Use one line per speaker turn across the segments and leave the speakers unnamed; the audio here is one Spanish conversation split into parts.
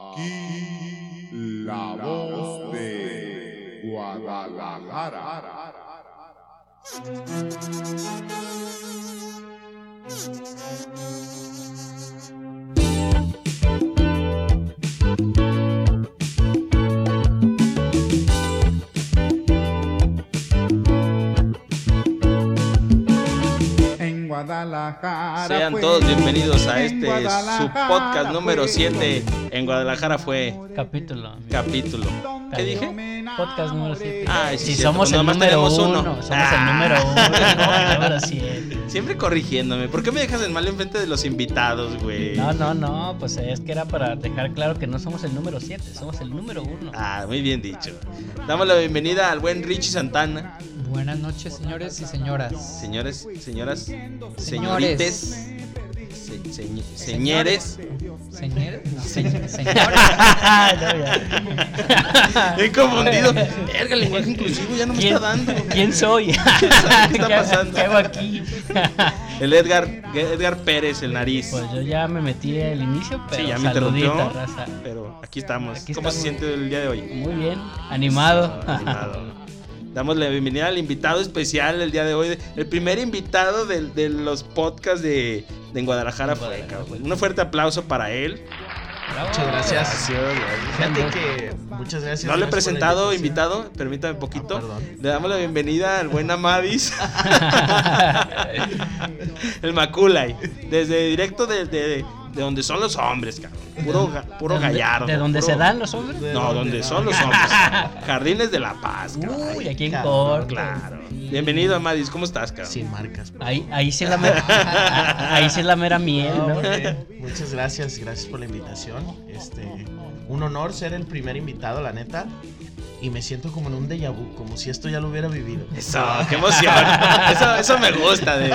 Aquí la voz de Guadalajara.
En Guadalajara.
Sean
fue,
todos bienvenidos a
en
este su
Guadalajara
podcast número
fue
7 en Guadalajara fue
Capítulo. amigo.
capítulo.
donde
¿Qué
yo
dije?
me
Podcast número 7.
Ay, sí,
si
cierto,
somos
pues
el
nomás
número
tenemos
uno.
uno.
Somos
Ah.
el número uno. No, número siete.
Siempre corrigiéndome. ¿Por qué me dejas en mal enfrente de los invitados, güey?
No, no, no. Pues es que era para dejar claro que no somos el número 7, somos el número uno.
Ah, muy bien dicho. Damos la bienvenida al buen Richie Santana.
Buenas noches, señores y señoras.
Señores, señoras, señorites,
Señores.
se- señ- señores.
Señores, no, se- señores.
No, ya.
He confundido. Verga, el lenguaje inclusivo ya no me está dando.
¿Quién soy?
está
¿Qué hago-
pasando?
¿Qué hago aquí?
El Edgar, Edgar Pérez, el nariz.
Pues yo ya me metí al inicio, pero
Sí, ya me
saludita,
interrumpió.
raza.
Pero aquí estamos.
Aquí
¿Cómo se
estamos.
siente el día de hoy?
Muy bien, animado.
Animado. Damos la bienvenida al invitado especial el día de hoy. El primer invitado del- de, los podcasts de, de en Guadalajara
En
fue.
Guadalajara.
cabrón. Un fuerte aplauso para él.
Bravo.
Muchas gracias. Fíjate
Gracias.
que muchas gracias.
No le he
gracias por la
presentado
invitación.
invitado, permítame un poquito.
Ah, perdón.
le damos la bienvenida al buen Amadis. el Maculay. Desde directo de, de- de donde son los hombres, cabrón. Puro, ga- puro
¿De dónde-
gallardo.
¿De dónde
puro-
se dan los hombres?
No, donde son los hombres. Jardines de la Paz, cabrón.
Uy, aquí en
cabrón,
corto.
Claro. Bienvenido, Amadis. ¿Cómo estás, cabrón?
Sin marcas. por
Ahí, ahí sí es la mera, ahí sí es la mera miel,
favor.
¿no?
pues,
No, hombre, Muchas gracias, gracias por la invitación. Este, un honor ser el primer invitado, la neta. Y me siento como en un déjà vu, como si esto ya lo hubiera vivido.
Eso, qué emoción. Eso, eso me gusta. De,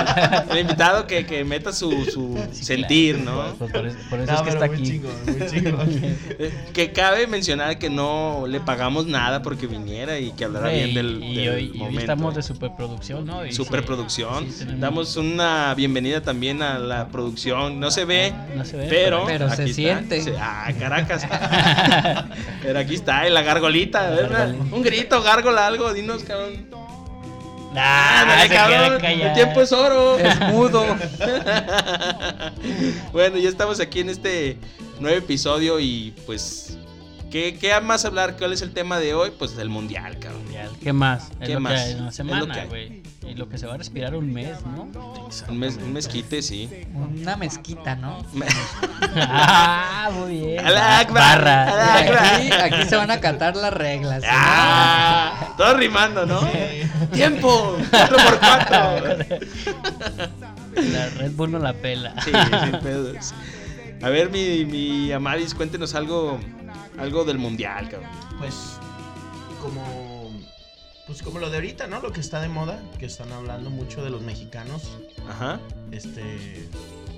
el invitado que, que meta su, su
Sí,
sentir,
claro.
¿no?
Pues, Por, por eso, por eso
No,
es que
pero
está
muy
aquí.
chingón, muy chingón.
Eh, Que cabe mencionar que no le pagamos nada porque viniera y que hablara
Hombre,
bien del,
y, y
del
hoy, y hoy
momento.
estamos de superproducción, ¿no? Y
Superproducción.
sí, sí, tenemos-
Damos una bienvenida también a la producción. No se ve,
No se ve,
pero.
Pero se
aquí está.
siente.
Se- ah, Caracas.
Ah,
pero aquí está, eh, la gargolita.
La
¿verdad?
gargolita.
Un grito, gárgola, algo. Dinos, cabrón.
Nah,
Ándale,
se queda
Ah, cabrón,
callado.
El tiempo es oro.
Es mudo.
bueno, ya estamos aquí en este nuevo episodio y pues. ¿Qué, qué más hablar? ¿Cuál es el tema de hoy? Pues del mundial, cabrón.
Mundial, ¿Qué más? Es
¿Qué
lo
más?
que hay en una
Es lo que
semana,
hay.
güey. Y lo que se va a respirar un mes, ¿no?
Un, mes- un mezquite, sí.
Una mezquita, ¿no?
ah, muy bien.
Alá Akbar,
Barra.
Alá Akbar.
Aquí, aquí se van a catar las reglas. ¿no?
¡Ah! Todo rimando, ¿no? ¡Tiempo! ¡Cuatro por cuatro!
La Red Bull no la pela.
Sí, sin pedos. A ver, mi, mi Amadis, cuéntenos algo, algo del mundial, cabrón.
pues como pues como lo de ahorita, ¿no? Lo que está de moda, que están hablando mucho de los mexicanos,
Ajá.
este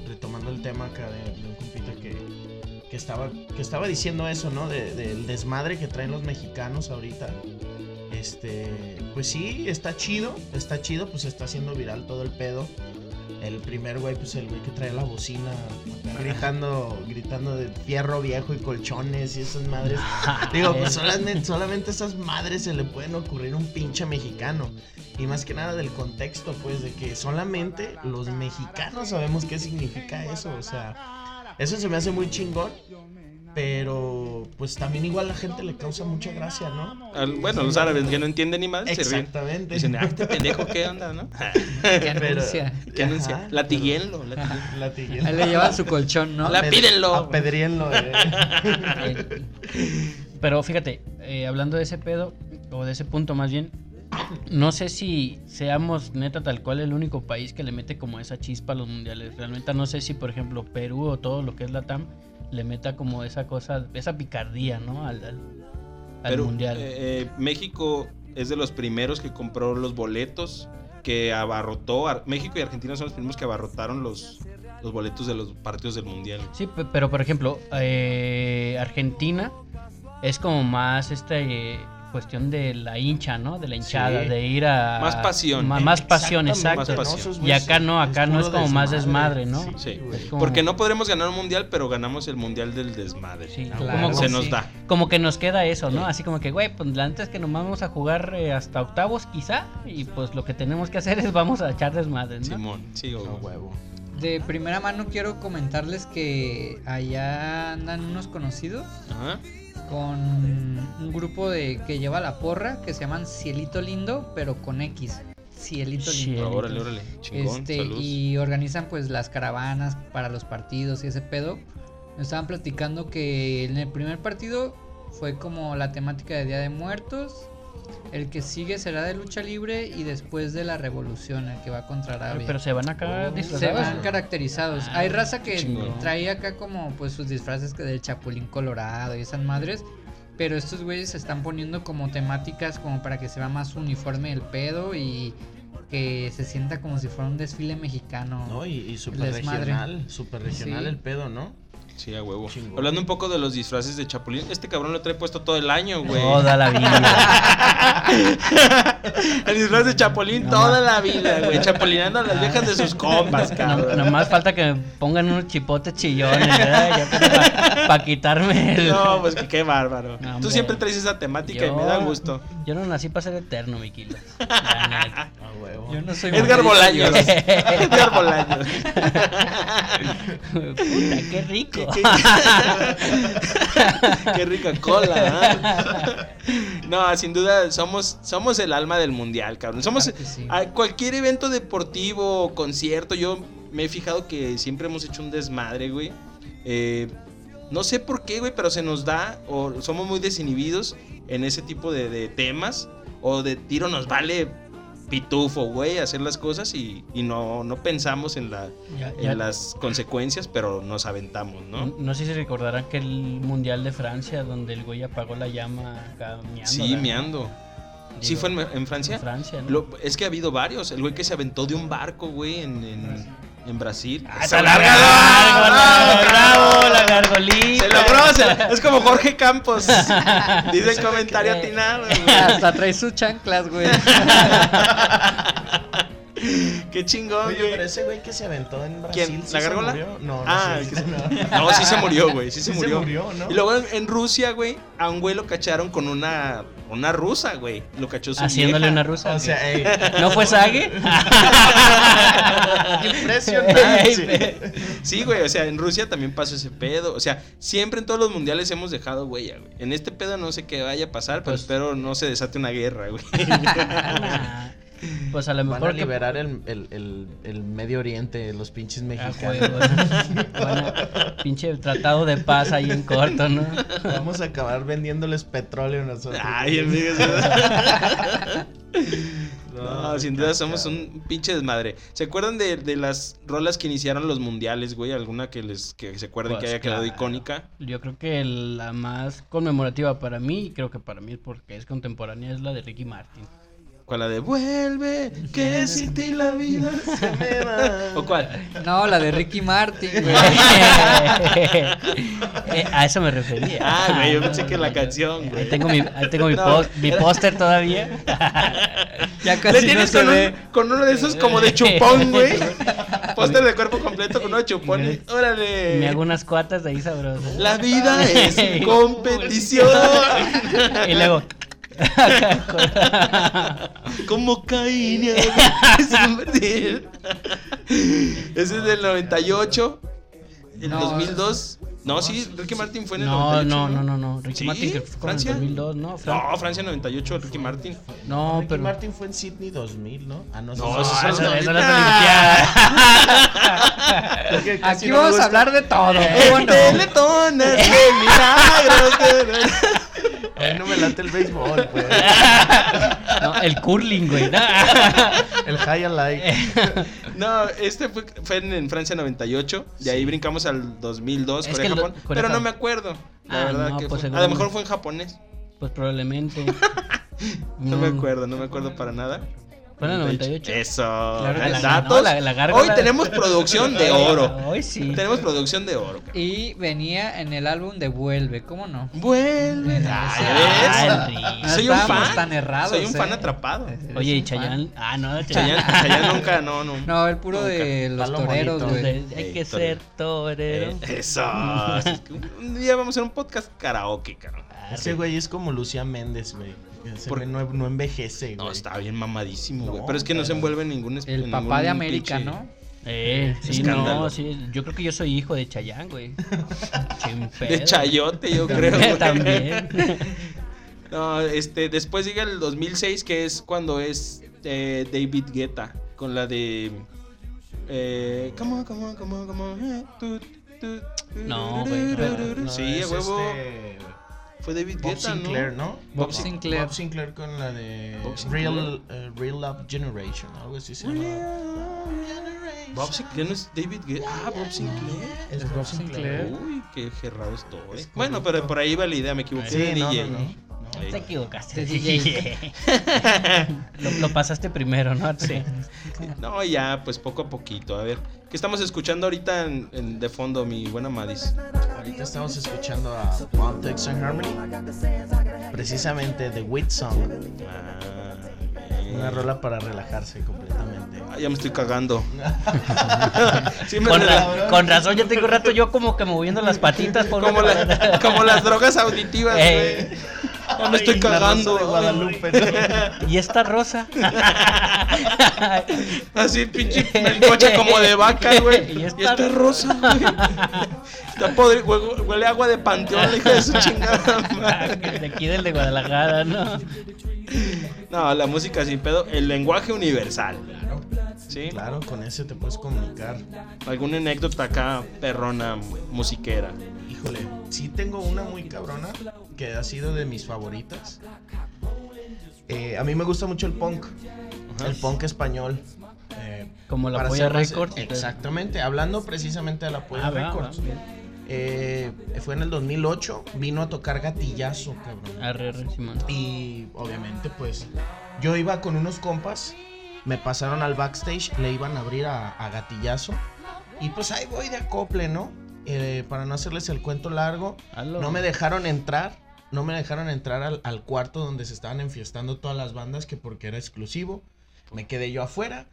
retomando el tema acá de, de un compita que, que estaba que estaba diciendo eso, ¿no? De- del desmadre que traen los mexicanos ahorita. Este, pues sí, está chido, está chido, pues está haciendo viral todo el pedo. El primer güey, pues el güey que trae la bocina gritando, gritando de fierro viejo y colchones y esas madres. Digo,
Ah,
pues
eh.
solamente, solamente esas madres se le pueden ocurrir a un pinche mexicano. Y más que nada del contexto, pues, de que solamente los mexicanos sabemos qué significa eso. O sea, eso se me hace muy chingón. Pero, pues también igual la gente le causa mucha gracia, ¿no?
Al- Bueno, los árabes que no entienden ni madre se ríen.
Exactamente.
Dicen, ah, este pendejo, ¿qué onda, no?
Qué
Pero-
anuncia.
¿Qué anuncia?
Ajá.
Latiguenlo, latiguenlo.
Latiguenlo.
Ahí le llevan su colchón, ¿no?
La-
Aped-
pídenlo.
Apedríenlo. eh.
Eh, Pero fíjate, eh, hablando de ese pedo, o de ese punto más bien, no sé si seamos neta tal cual el único país que le mete como esa chispa a los mundiales. Realmente no sé si, por ejemplo, Perú o todo lo que es la TAM le meta como esa cosa, esa picardía, ¿no? Al, al- al
Pero,
mundial.
eh, eh, México es de los primeros que compró los boletos, que abarrotó. Ar- México y Argentina son los primeros que abarrotaron los, los boletos de los partidos del mundial.
Sí, pe- pero por ejemplo, eh, Argentina es como más este eh, cuestión de la hincha, ¿no? De la hinchada,
Sí.
de ir a...
Más pasión.
ma- Más pasión,
Exactamente,
exacto.
Más
¿no?
pasión.
Esos
Y
güeyes
acá no, acá no es
puro
como más desmadre, ¿no?
Sí.
güey.
Es como-
Porque no podremos ganar un mundial, pero ganamos el mundial del desmadre.
Sí,
Ah,
claro,
güey, Se nos
sí.
da.
Como que nos queda eso, ¿no?
Sí.
Así como que, güey, pues la neta es que nomás vamos a jugar eh, hasta octavos quizá y pues lo que tenemos que hacer es vamos a echar desmadre, ¿no?
Simón, sí,
A
o-
huevo.
De primera mano quiero comentarles que allá andan unos conocidos
Ajá.
con un grupo de que lleva la porra que se llaman Cielito Lindo, pero con X. Cielito
Ciel-
Lindo.
Bien,
Órale,
entonces,
órale. Chingón,
este,
salud.
y organizan pues las caravanas para los partidos y ese pedo. Nos estaban platicando que en el primer partido fue como la temática de Día de Muertos. El que sigue será de lucha libre y después de la revolución, el que va contra
Ay,
Arabia.
Pero se van acá
se
disfrazados.
van Este, caracterizados.
Ah,
Hay raza que
chingón.
traía acá como pues sus disfraces que del Chapulín Colorado y esas madres. Pero estos güeyes se están poniendo como temáticas como para que se vea más uniforme el pedo y que se sienta como si fuera un desfile mexicano.
No, y, y super
desmadre.
regional, super regional
Sí.
el pedo, ¿no?
Sí, a huevo.
Chingón.
Hablando un poco de los disfraces de Chapulín, este cabrón lo trae puesto todo el año, güey.
Toda la vida.
el disfraz de Chapulín
No,
toda la vida, güey. Chapulinando a las viejas de sus compas,
No-
cabrón.
nomás falta que me pongan unos chipotes chillones, Para quitarme el...
No, pues que qué bárbaro.
No,
Tú
hombre.
siempre traes esa temática y me
Yo-
da gusto.
Yo no nací para ser eterno, mi Kilo. La neta.
A huevo.
Yo no soy
Edgar
Bolaño
Bolaños. Edgar Bolaños.
Puta, qué rico.
Qué rica cola. ¿eh? No, sin duda somos somos el alma del mundial, cabrón. Somos
Claro que sí.
a cualquier evento deportivo, concierto, yo me he fijado que siempre hemos hecho un desmadre, güey. Eh, no sé por qué, güey, pero se nos da o somos muy desinhibidos en ese tipo de, de temas o de tiro nos vale pitufo, güey, hacer las cosas y, y no, no pensamos en, la,
Ya-
en
ya-
las consecuencias, pero nos aventamos, ¿no?
¿no? sé si recordarán que el Mundial de Francia, donde el güey apagó la llama acá meando.
Sí, meando. ¿Sí fue en, en Francia?
En Francia, ¿no?
Lo- es que ha habido varios. El güey que se aventó de un barco, güey, en, en, en Brasil.
Ah,
¡Se
está la
larga!
gargola, ¡Bravo, la
¡Se
gargolita!
logró! se la- es como Jorge Campos. Dice el comentario
cree.
atinado.
Hasta trae sus chanclas, güey.
güey. ¡Qué chingón,
Oye,
güey.
pero ese güey que se aventó en Brasil.
¿Quién?
¿sí
¿La
se
gárgola?
murió? No, no
Ah,
sé,
el que se-
no.
No, sí se murió, güey. Sí se
Sí
murió.
¿no?
Y luego en, en Rusia, güey, a un güey lo cacharon con una, una rusa, güey. Lo cachó su
Haciéndole
vieja.
una rusa.
O sea, eh. ey.
¿No fue Sage?
Impresionante.
Sí, güey, o sea, en Rusia también pasó ese pedo. O sea, siempre en todos los mundiales hemos dejado huella, güey. En este pedo no sé qué vaya a pasar, pero
Pues-
espero no se desate una guerra, güey.
Ah, Pues a lo
Van a
mejor que
liberar el, el, el, el Medio Oriente, los pinches
Ah,
mexicanos.
eh.
juego. Bueno, pinche tratado de paz ahí en corto, ¿no?
Vamos a acabar vendiéndoles petróleo nosotros.
Ay, amigos. No, sin duda somos un pinche desmadre. ¿Se acuerdan de, de las rolas que iniciaron los mundiales, güey? ¿Alguna que les que se acuerden que
Pues
haya quedado
claro.
icónica?
Yo creo que la más conmemorativa para mí, y creo que para mí porque es contemporánea, es la de Ricky Martin.
¿Cuál la de Vuelve, que sin ti la vida se me va"? ¿O cuál?
No, la de Ricky Martin, güey.
Eh, a eso me refería.
Ah, güey, yo
No,
pensé que
no,
la
no.
canción, güey.
Ahí tengo mi, ahí tengo mi,
No,
pos- mi póster todavía.
Ya
Le
casi no
tienes
se
con, un-
ve.
con uno de esos como de chupón, güey. Póster de cuerpo completo con uno de chupón. Órale.
Me hago unas cuatas de ahí sabrosas.
Eh. La vida es competición.
Y luego.
como Caín y Abel sin perder. Ese es del 98. El
No.
2002. No, sí, Ricky Martin fue en el
No,
98.
no, no, no, no. Ricky
¿Sí?
Martin creo que fue como en el
¿Francia?
2002, ¿no? Fran-
No, Francia 98, Ricky Martin.
No,
Ricky
pero.
Martin fue en Sydney 2000, ¿no? Ah, no,
No,
sí,
eso
No,
sí,
es
eso,
sí.
eso no es
Ah.
Olimpiada.
Es que casi
Aquí
no me
vamos a
gusta.
hablar de todo.
Eh,
¿cómo
El
no?
Teletón es de milagros.
A mí no me late el béisbol, pues. güey.
No, el curling, güey. ¿no?
El high alive.
No, este fue, fue en, en Francia 98. De ahí brincamos al 2002,
Es que el do-
Corea-Japón.
Corea,
pero no
Japón.
me acuerdo. La
Ah,
verdad
no,
que
pues
fue- A lo
seguramente.
mejor fue en japonés.
Pues probablemente.
No me acuerdo, no me acuerdo para nada.
Fue en el 98.
Eso.
Claro que
Hay
la-
datos.
no, la- la gárgola-
Hoy tenemos producción de oro.
Ay, sí.
Tenemos producción de oro. cabrón.
Y venía en el álbum de Vuelve, ¿cómo no?
Vuelve.
Ah,
Ah,
el
¿ya
ritmo.
ves? Soy un
estábamos
fan.
tan errados,
Soy un fan
eh.
atrapado.
Eres
Oye,
un
y
fan.
Chayán. Ah, no, Chayán.
Chayanne, Chayanne nunca, no, no.
No, el puro de
Nunca.
los
Palo
toreros,
Bonito.
güey.
Entonces, Hay que
Héctor.
ser torero.
Eh, Eso. Así es que un- Un día vamos a hacer un podcast karaoke, cabrón.
Ese güey es como Lucía Méndez, güey. Ese
Ah, Por-
güey no, no envejece, güey.
No, está bien mamadísimo,
No,
güey. pero es que no se
pero-
envuelve en ningún es-
El
en
papá
ningún
de América,
pinche-
¿no?
Eh, sí,
Escándalo.
no, sí. Yo creo que yo soy hijo de Chayán, güey. Sin
De
pedo.
chayote, yo creo. güey.
También.
No, este, después llega el 2006, que es cuando es eh, David Guetta, con la de... Eh, come on, come on, come on, come on, eh, tu, tu, tu,
No, güey, no,
No,
sí, a
es
huevo.
este,
Fue David
Bob
Guetta,
Sinclair,
¿no?
¿no?
Bob
Sin-
Sinclair.
Bob Sinclair con la de
Bob Sinclair.
Real, eh, Real Love Generation, algo así se llama.
Bob Sinclair no es David Guetta. Ah, Bob Sinclair.
Es
Es
Bob
Bob
Sinclair.
Sinclair.
Uy, qué gerrado estoy.
Es
bueno,
correcto.
pero por ahí va la idea, me equivoqué.
Sí,
de
no,
DJ.
no, no.
Ey.
Te equivocaste,
Sí,
DJ. lo, lo pasaste primero, ¿no?
Sí. No, ya, pues poco a poquito. A ver, ¿qué estamos escuchando ahorita en- en- de fondo, mi buena Madis?
Ahorita estamos escuchando a Pontex and Harmony. Precisamente The Wit Song.
Ah,
Una rola para relajarse completamente.
Ah, ya me estoy cagando. sí, me
Con, ra-
relajo.
con razón, yo tengo un rato yo como que moviendo las patitas por
como,
una-
la- como las drogas auditivas,
Ey.
güey. Ya me estoy
Ay, la Rosa
cagando.
de Guadalupe.
Y esta rosa.
Así pinche el coche como de vaca, güey.
Y
Y
esta-
esta rosa, güey. Está podre, huele, huele a agua de panteón, la hija de su chingada madre.
de aquí del de Guadalajara, ¿no?
No, la música sin pedo, el lenguaje universal. ¿Sí?
Claro, con ese te puedes comunicar.
Alguna anécdota acá perrona musiquera.
Híjole, sí tengo una muy cabrona que ha sido de mis favoritas. Eh, a mí me gusta mucho el punk, el punk español. Eh,
Como la
para
Polla
ser más- e-
Records.
Exactamente, hablando precisamente de la Polla
Ah, va,
Records.
va, bien.
Eh, fue en el 2008, vino a tocar gatillazo, cabrón.
Arre, arre, Ah, Simón.
Y obviamente, pues yo iba con unos compas, me pasaron al backstage, le iban a abrir a, a gatillazo. Y pues ahí voy de acople, ¿no? Eh, para no hacerles el cuento largo,
Aló.
no me dejaron entrar, no me dejaron entrar al, al cuarto donde se estaban enfiestando todas las bandas, que porque era exclusivo. Me quedé yo afuera.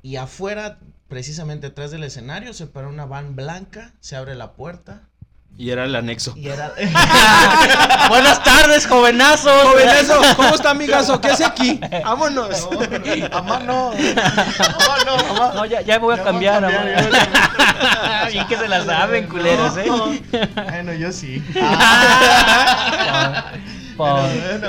Y afuera, precisamente atrás del escenario, se para una van blanca, se abre la puerta.
Y era el anexo.
Y era.
Buenas tardes, jovenazo.
Jovenazo, ¿cómo está, amigazo? ¿Qué hace aquí? Vámonos.
Amá no. Amá no, amá.
No, ya, ya me voy a cambiar,
Ya
amor.
voy a cambiar, ya voy a cambiar.
Bien que se la saben, culeros, ¿eh?
No. Bueno, yo sí.
Po-
Pero bueno.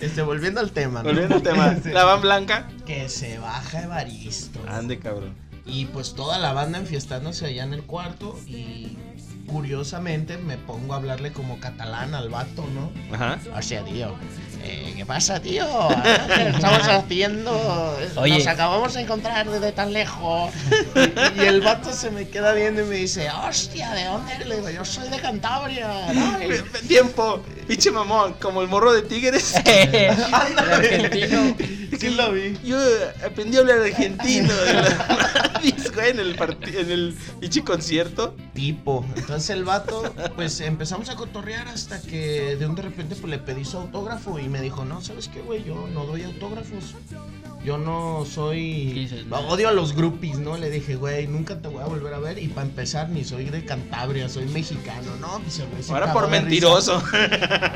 Este, volviendo al tema. ¿no?
Volviendo al tema.
Sí.
La van blanca.
Que se baja Evaristo.
Ande, cabrón.
Y pues toda la banda enfiestándose allá en el cuarto. Y curiosamente me pongo a hablarle como catalán al vato, ¿no?
Ajá.
O sea, tío, eh, ¿qué pasa, tío? ¿Qué Estamos haciendo.
Oye.
Nos acabamos de encontrar desde tan lejos. Y, y el vato se me queda viendo y me dice, hostia, ¿de dónde? eres?" Le digo, yo soy de Cantabria.
Pe-
Ay.
pe- Tiempo, pinche mamón, como el morro de tigres.
Argentino.
Sí lo vi.
Yo eh, aprendí a hablar argentino de la Madis, güey, en el, parti- en el pinche concierto.
Tipo. Entonces el vato, pues empezamos a cotorrear hasta que de un de repente pues, le pedí su autógrafo y me dijo, no, ¿sabes qué, güey? Yo no doy autógrafos. Yo no soy...
¿Qué dices?
No, Odio a los groupies, ¿no? Le dije, güey, nunca te voy a volver a ver. Y para empezar, ni soy de Cantabria, soy mexicano, ¿no? Pues el güey se
Ahora
cagó
por
de
mentiroso.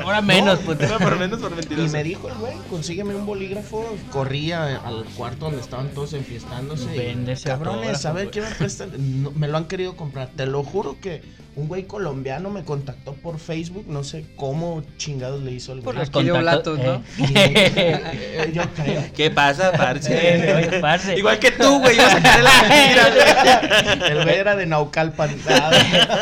Ahora menos, pues,
No,
puta.
Ahora por menos por
risa. Y
mentiroso.
me dijo, el güey, consígueme un bolígrafo. Corría al cuarto donde estaban todos enfiestándose. y,
Vende ese
Cabrones,
autógrafo,
a ver
güey.
qué me prestan. No, me lo han querido comprar. Te lo juro que un güey colombiano me contactó por Facebook. No sé cómo chingados le hizo el güey.
Por aquí de Oblatos, ¿no?
Eh, Yo creo.
¿Qué pasa,
Eh,
parce?
oye, parce.
Igual que tú, güey, ibas a caer en la mentira, güey.
El güey era de Naucalpan. Ah,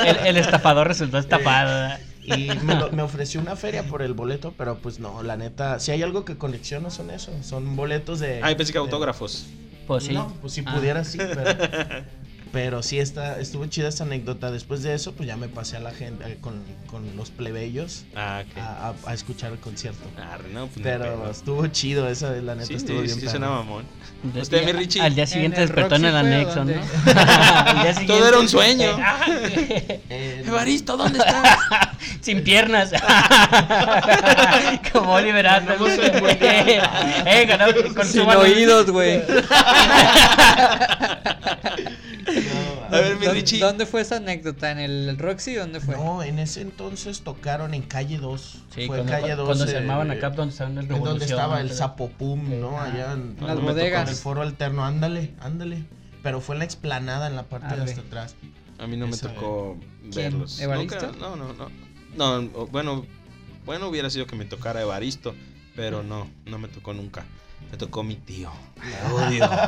El, el estafador resultó estafado. ¿verdad?
Y me, lo- me ofreció una feria por el boleto, pero pues no, la neta. Si hay algo que colecciono son eso. Son boletos de.
Ay, Ah, pensé que
de-
autógrafos.
Pues sí.
No, pues si
Ah.
pudiera, sí, pero. Pero sí está, estuvo chida esta anécdota. Después de eso, pues ya me pasé a la gente eh, con, con los plebeyos
Ah, ok.
a, a- a escuchar el concierto.
Arre, no, pues, ni
Pero
pedo.
estuvo chido, esa la neta
Sí,
estuvo
sí,
bien.
sí,
perro.
suena mamón.
De-
Usted,
y-
mi Richie.
Al día siguiente
En el
despertó en el
Roxy fue
anexo,
donde-
¿no? Al día
Todo
siguiente-
era un sueño.
Eh,
Evaristo, ¿dónde estás?
Sin piernas. Como Oliver Atom.
Ganamos el buen-
eh, ganamos con
Sin oídos, güey.
no,
A ver, mi
¿Dó-
Richie.
¿Dónde fue esa anécdota? ¿En el Roxy? ¿Dónde fue?
No, en ese entonces tocaron en calle 2.
Sí,
Fue
cuando,
calle 2.
cuando se
eh,
armaban acá, donde estaban el
en
revolución.
donde estaba el
¿no?
Zapopum, ¿no? Allá en,
En las
me tocó
bodegas.
En el foro alterno, ándale, ándale. Pero fue en la explanada, en la parte de
Arre.
hasta atrás.
A mí no me
Esa,
tocó
¿Quién?
verlos.
¿Evaristo?
Nunca- no, no, no. No, o- bueno, bueno hubiera sido que me tocara Evaristo, pero no, no me tocó nunca. Me tocó mi tío. Te odio.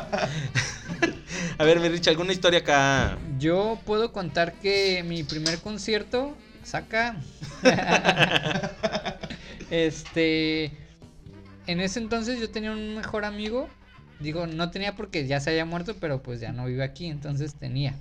A ver, mi Richie, ¿alguna historia acá?
Yo puedo contar que mi primer concierto saca. este. En ese entonces yo tenía un mejor amigo. Digo, no tenía porque ya se había muerto, pero pues ya no vive aquí, entonces tenía.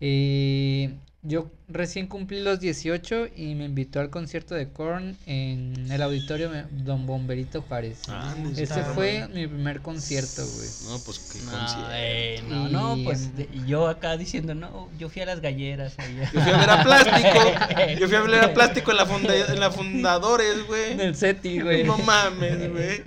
Eh, yo recién cumplí los 18 y me invitó al concierto de Korn en el auditorio me- Don Bomberito Juárez.
Ah,
Ándale.
Ese fue mi primer concierto, güey.
No, pues qué
No,
concierto.
eh, no, no,
Y-
pues de- y yo acá diciendo, no, yo fui a las galleras allá.
Yo fui a ver a Plástico. Yo fui a ver a Plástico en la, funda- en la Fundadores,
En
güey.
el SETI, güey.
No mames, güey.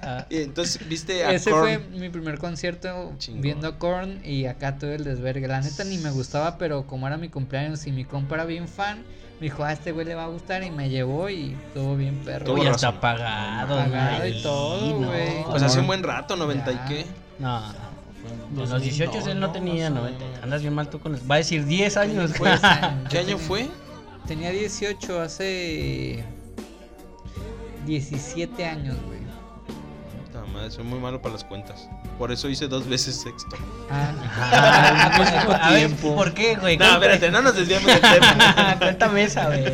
Ah,
Y entonces viste a
Ese
Korn.
fue mi primer concierto
Chingón.
viendo a Korn y acá todo el desvergue. La neta ni me gustaba, pero como era mi cumpleaños y mi compa era bien fan, me dijo, a este güey le va a gustar y me llevó y estuvo bien perro.
Tuvo
Uy,
güey.
hasta
razón.
apagado.
Apagado
güey.
y todo,
No,
güey.
Pues hace un buen rato, 90 y
Ya.
qué.
No,
Fue en
en los 18 él no
2002,
tenía
Más o
90.
menos.
Andas bien mal tú con los. Va a decir 10 años.
Pues, yo
¿Qué año
tenía-
fue?
Tenía 18, hace 17 años, güey.
Puta madre, soy muy malo para las cuentas. Por eso hice dos veces sexto.
Ah, al mismo
a ver,
tiempo.
¿por qué, güey?
No, espérate, no nos desviamos del tema.
Cuéntame esa, güey.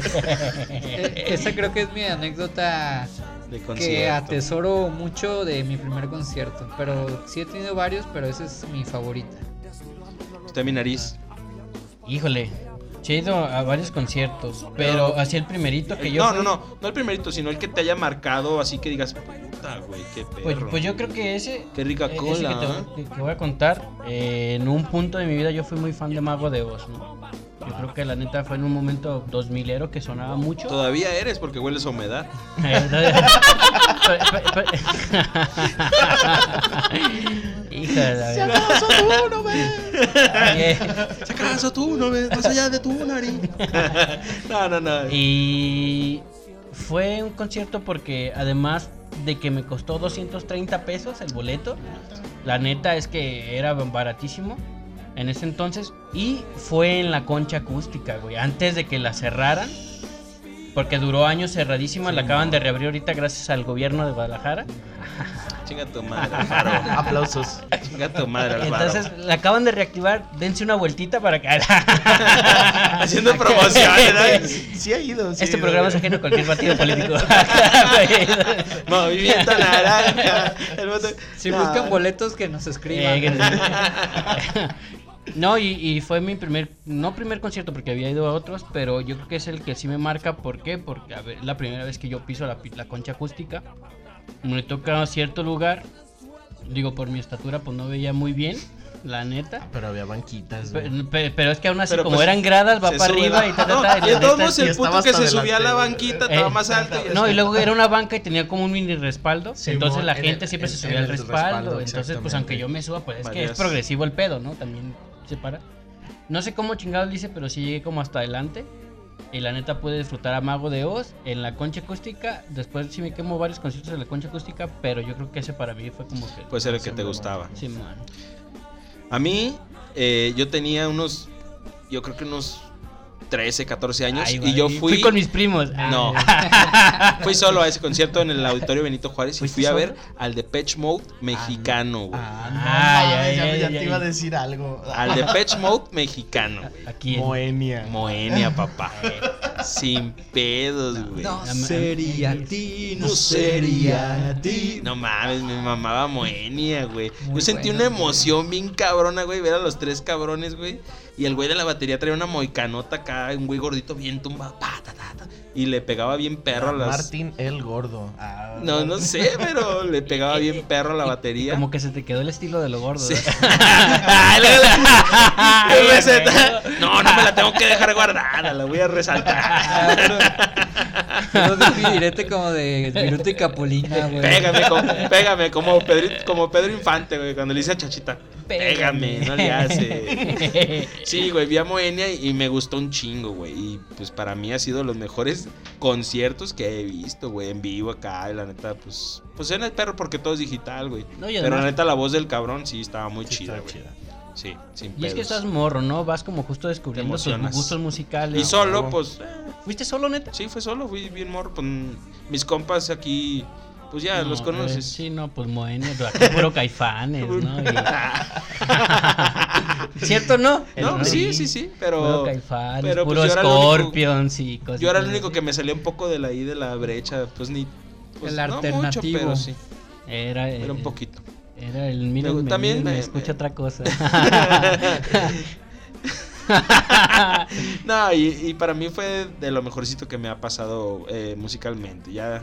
E- Esa creo que es mi anécdota
De
que
concierto.
atesoro mucho de mi primer concierto. Pero sí he tenido varios, pero esa es mi favorita.
Está mi nariz.
Híjole, sí he ido a varios conciertos, pero así el primerito Ah, que yo.
Eh, no,
fui-
no, no. No el primerito, sino el que te haya marcado así que digas, puta, güey, qué perro.
Pues, pues yo creo que ese.
Qué rica
eh, ese
cola,
que, te- que- que voy a contar. eh, en un punto de mi vida yo fui muy fan de Mago de Oz, ¿no? Yo creo que la neta fue en un momento 2000 ero que sonaba mucho.
Todavía eres porque hueles a humedad.
Pero- pero- pero- Hija de la verga.
¡Acaso tú no
Oye,
ves! ¡Acaso tú no ves! ¡Más allá de tu nariz! no, no, no.
Y fue un concierto porque además de que me costó 230 pesos el boleto, la neta es que era baratísimo en ese entonces. Y fue en la concha acústica, güey, antes de que la cerraran. Porque duró años cerradísima, la acaban de reabrir ahorita gracias al gobierno de Guadalajara.
Chinga tu madre, Alfaro.
Aplausos.
Chinga tu madre, Alfaro.
Entonces la acaban de reactivar, dense una vueltita para que...
Haciendo promoción, ¿verdad?
Sí ha ido. sí
Este
ha
programa
ido.
es ajeno a cualquier partido político.
Movimiento naranja. El voto-
Si
No,
buscan boletos, que nos escriban.
Eh, que- no, y, y fue mi primer, no primer concierto porque había ido a otros, pero yo creo que es el que sí me marca. ¿Por qué? Porque a ver, es la primera vez que yo piso la, pi- la concha acústica. Me toca a cierto lugar. Digo, por mi estatura, pues no veía muy bien, la neta.
Pero había banquitas,
Pe-
güey.
pe- Pero, es que aún así,
Pero
como
pues,
eran gradas, va
se
para
sube,
arriba y
¿no?
ta, ta, ta, y la
No, y de todos
neta
modos
es-
el
está
puto
más
que se
adelante,
subía a la
güey.
banquita estaba
Eh,
más alto.
No, y luego era una banca y tenía como un mini respaldo.
Sí,
entonces
mo-
la
en
gente
el-
siempre
en-
se subía
en
al
el
respaldo.
respaldo,
entonces, pues
exactamente.
aunque yo me suba, pues es que es
Varias-
progresivo el pedo, ¿no? También se para. No sé cómo chingados dice, pero sí llegué como hasta adelante. Y la neta pude disfrutar a Mago de Oz en la concha acústica. Después sí me quemo varios conciertos en la concha acústica, pero yo creo que ese para mí fue como que.
Pues era el que te gustaba.
Sí, man.
A mí, eh, yo tenía unos, yo creo que unos 13, 14 años.
Ay,
y
güey,
yo fui.
con mis primos. Ah,
No. fui solo a ese concierto en el auditorio Benito Juárez y
¿Fuiste
fui a
solo?
ver al Depeche Mode mexicano, güey.
Ah, no,
Ah,
mames,
ya,
ya,
ya,
ya
ya,
te iba a
ya.
decir algo. Ah,
Al Depeche Mode mexicano. güey.
Aquí. en-
Moenia.
Moenia, papá. Sin pedos, güey. No,
sería ti,
ti. No mames, me mamaba Moenia, güey.
Muy
Yo sentí
bueno,
una emoción bien cabrona, güey, ver a los tres cabrones, güey. Y el güey de la batería traía una moicanota acá, un güey gordito bien tumbado. pa, ta, ta, ta, y le pegaba bien perro a las.
Martín el Gordo. Ah,
No, no sé, pero le pegaba bien perro a la batería.
Como que se te quedó el estilo de lo gordo.
Sí.
¿verdad?
Ay, la- la- la receta. No, no me la tengo que dejar guardada, la voy a resaltar.
No de direte como de Viruta y Capulina, güey.
Pégame, como, pégame, como Pedro, como Pedro Infante, güey, cuando le dice a Chachita,
Pégame.
pégame, no le hace. Sí, güey, vi a Moenia y, y me gustó un chingo, güey. Y pues para mí ha sido de los mejores conciertos que he visto, güey, en vivo acá, y la neta, pues, pues en el perro porque todo es digital, güey.
No, y
Pero la
además-
neta, la voz del cabrón sí estaba muy
sí,
chida,
está
güey.
chida.
Sí, sin
Y es que
pedos.
estás morro, ¿no? Vas como justo descubriendo tus
emocionas.
gustos musicales.
Y solo,
huevo.
pues, eh,
¿Fuiste solo, neta?
Sí, fue solo, fui bien morro. con mis compas aquí, pues ya los
No, eh,
conoces.
Sí, no, pues Moenia, pero aquí puro caifanes, ¿no? Y- ¿Cierto, no?
no,
El-
sí, sí, sí,
Puro
pero
caifanes,
pero, pues,
puro
yo era el único-
Scorpions y cosas.
yo era el único que me salía un poco de la ahí de la brecha, pues ni pues,
El
no
alternativo.
mucho, pero sí,
eh. Era, el-
era un poquito.
Era el mira,
Me-
me,
también
mira, me
me- me-
escucha otra cosa.
No, y, y para mí fue de lo mejorcito que me ha pasado eh, musicalmente. Ya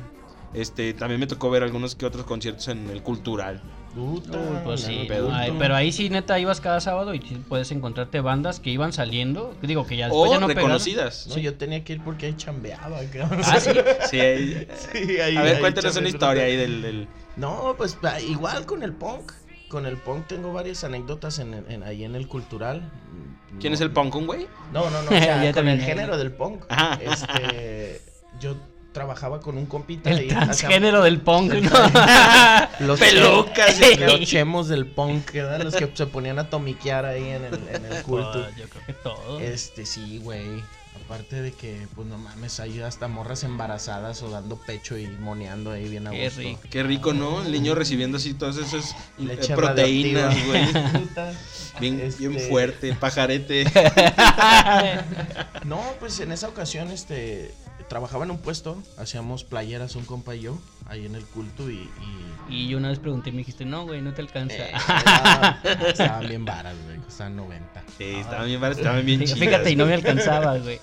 este también me tocó ver algunos que otros conciertos en el cultural.
Puta,
Uy, pues sí,
la
no,
puta.
ay, pero ahí sí, neta, ibas cada sábado y sí puedes encontrarte bandas que iban saliendo. que Digo que ya después
O
ya no pegaron.
reconocidas.
No, yo tenía que ir porque ahí chambeaba, cabrón.
Ah, sí.
Sí, ahí-
Sí, ahí-
a ver,
ahí
cuéntanos una
chambeé.
historia ahí del- del
No, pues pa- igual con el punk. Con el punk tengo varias anécdotas en, en- ahí en el cultural.
¿Quién
No-
es el punk, un güey?
No, no, no. o sea,
Ya
con
también.
el género del punk.
Ajá.
Este, yo trabajaba con un compita
El
ahí,
transgénero del punk, ¿no?
acá, los
Pelucas,
che-
güey.
los chemos del punk, ¿verdad? los que se ponían a tomiquear ahí en el, en el culto.
Pues, yo creo que todo.
Este, sí, güey. Aparte de que, pues no mames, hay hasta morras embarazadas o dando pecho y moneando ahí bien a
Qué
gusto.
rico.
Qué rico, ¿no? El niño recibiendo así todas esas eh,
Leche
proteínas, güey.
radioactiva. Puta.
Bien,
Este,
bien fuerte, pajarete.
No, pues en esa ocasión, este, trabajaba en un puesto, hacíamos playeras un compa y yo, ahí en el culto y... y
Y yo una vez pregunté y me dijiste, no, güey, no te alcanza.
eh, estaba- estaban bien varas, güey, costaban 90.
Sí, estaban bien, bar- estaban bien chidas.
Fíjate, y no me alcanzaba, güey.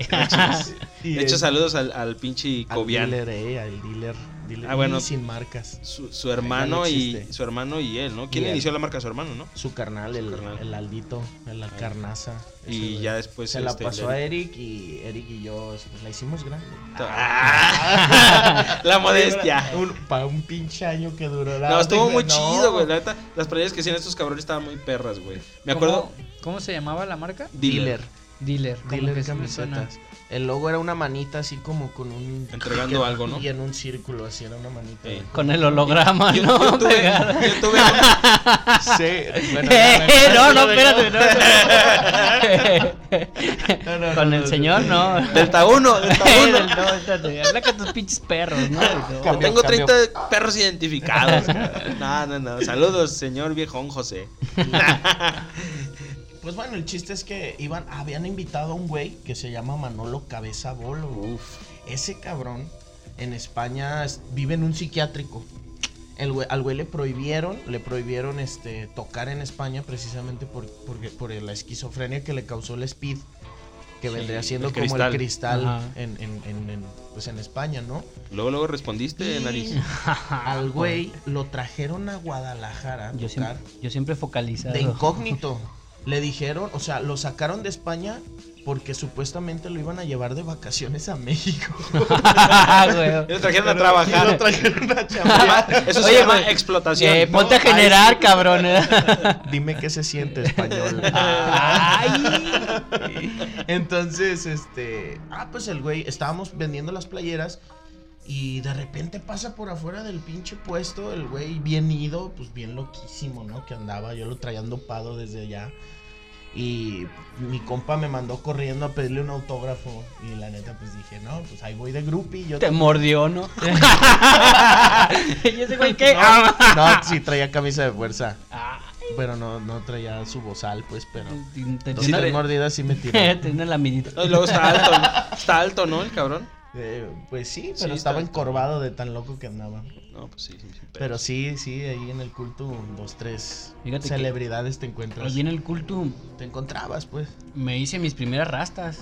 Y
De hecho,
el-
saludos al, al pinche
al
Cobian.
dealer, eh, al dealer, dealer
Ah, bueno.
y sin marcas.
Su, su hermano
Ya no
y
existe.
su hermano y él, ¿no? ¿Quién
Y él.
inició la marca? Su hermano, ¿no?
Su carnal, el,
carnal.
el Aldito, el Alcarnaza. ese
Y
güey.
ya después
Se la
este,
pasó
le-
a Eric y Eric y yo pues, la hicimos grande.
Ah, la modestia.
Un- para un pinche año que duró la
No, estuvo
no,
muy chido, güey. La neta, las playas que hacían estos cabrones estaban muy perras, güey. Me acuerdo.
¿Cómo, cómo se llamaba la marca?
Dealer.
Dealer. como
Dealer
que sí me suena.
camisetas. El logo era una manita así como con un.
Entregando
que-
algo, ¿no?
Y en un círculo, así era una manita.
Eh.
Con el holograma,
Yo,
¿no?
yo tuve,
Pegado.
yo tuve-
Sí, bueno.
Eh, no, no, espérate,
espérate.
no.
No, no, no,
Con
no,
el
no.
señor, no.
Delta 1, Delta
Eh,
1.
no, espérate, Habla con tus pinches perros, ¿no?
Yo
Cambio,
tengo
cambio.
30 perros identificados. cabrón. no, no, no. Saludos, señor viejón José.
Pues bueno, el chiste es que iban, habían invitado a un güey que se llama Manolo Cabeza Bolo. güey. Ese cabrón en España es- vive en un psiquiátrico. El güey- al güey le prohibieron, le prohibieron este, tocar en España precisamente por, porque, por la esquizofrenia que le causó el Speed, que
Sí,
vendría siendo
el
como
cristal.
el cristal
Ajá.
en, en- en- en, pues en España, ¿no?
Luego, luego respondiste, nariz.
Y al güey lo trajeron a Guadalajara a
Yo
tocar
siempre, yo siempre focalizado.
de incógnito. Le dijeron, o sea, lo sacaron de España porque supuestamente lo iban a llevar de vacaciones a México.
Ah, Güey.
Y lo trajeron a
Y lo
trabajar.
trajeron a chambear.
Eso se
Oye,
llama
güey.
explotación.
Eh,
¿no?
ponte a generar, cabrón. ¿eh?
Dime qué se siente español.
Ah, Ay.
Entonces, este, ah, pues el güey, estábamos vendiendo las playeras y de repente pasa por afuera del pinche puesto el güey bien ido, pues bien loquísimo, ¿no? Que andaba, yo lo traía dopado desde allá. Y mi compa me mandó corriendo a pedirle un autógrafo y la neta pues dije, "No, pues ahí voy de groupie, yo
Te mordió, ¿no? y ese güey, ¿qué?
No, sí traía camisa de fuerza.
Ah.
Pero no, no traía su bozal, pues, pero.
Te
Dos
Sí,
tiene-
tres
dale.
mordidas sí me tiró.
te tiene la mirita.
No, y luego está alto, está alto, ¿no? El cabrón.
Eh, pues
Sí,
sí,
está-
pero estaba encorvado de tan loco que andaba.
No, pues sí, sí, sí, pero-
Pero sí, sí, ahí en el culto, dos, tres
Fíjate que-
celebridades te encuentras.
Ahí en el culto
Te encontrabas, pues.
me hice mis primeras rastas.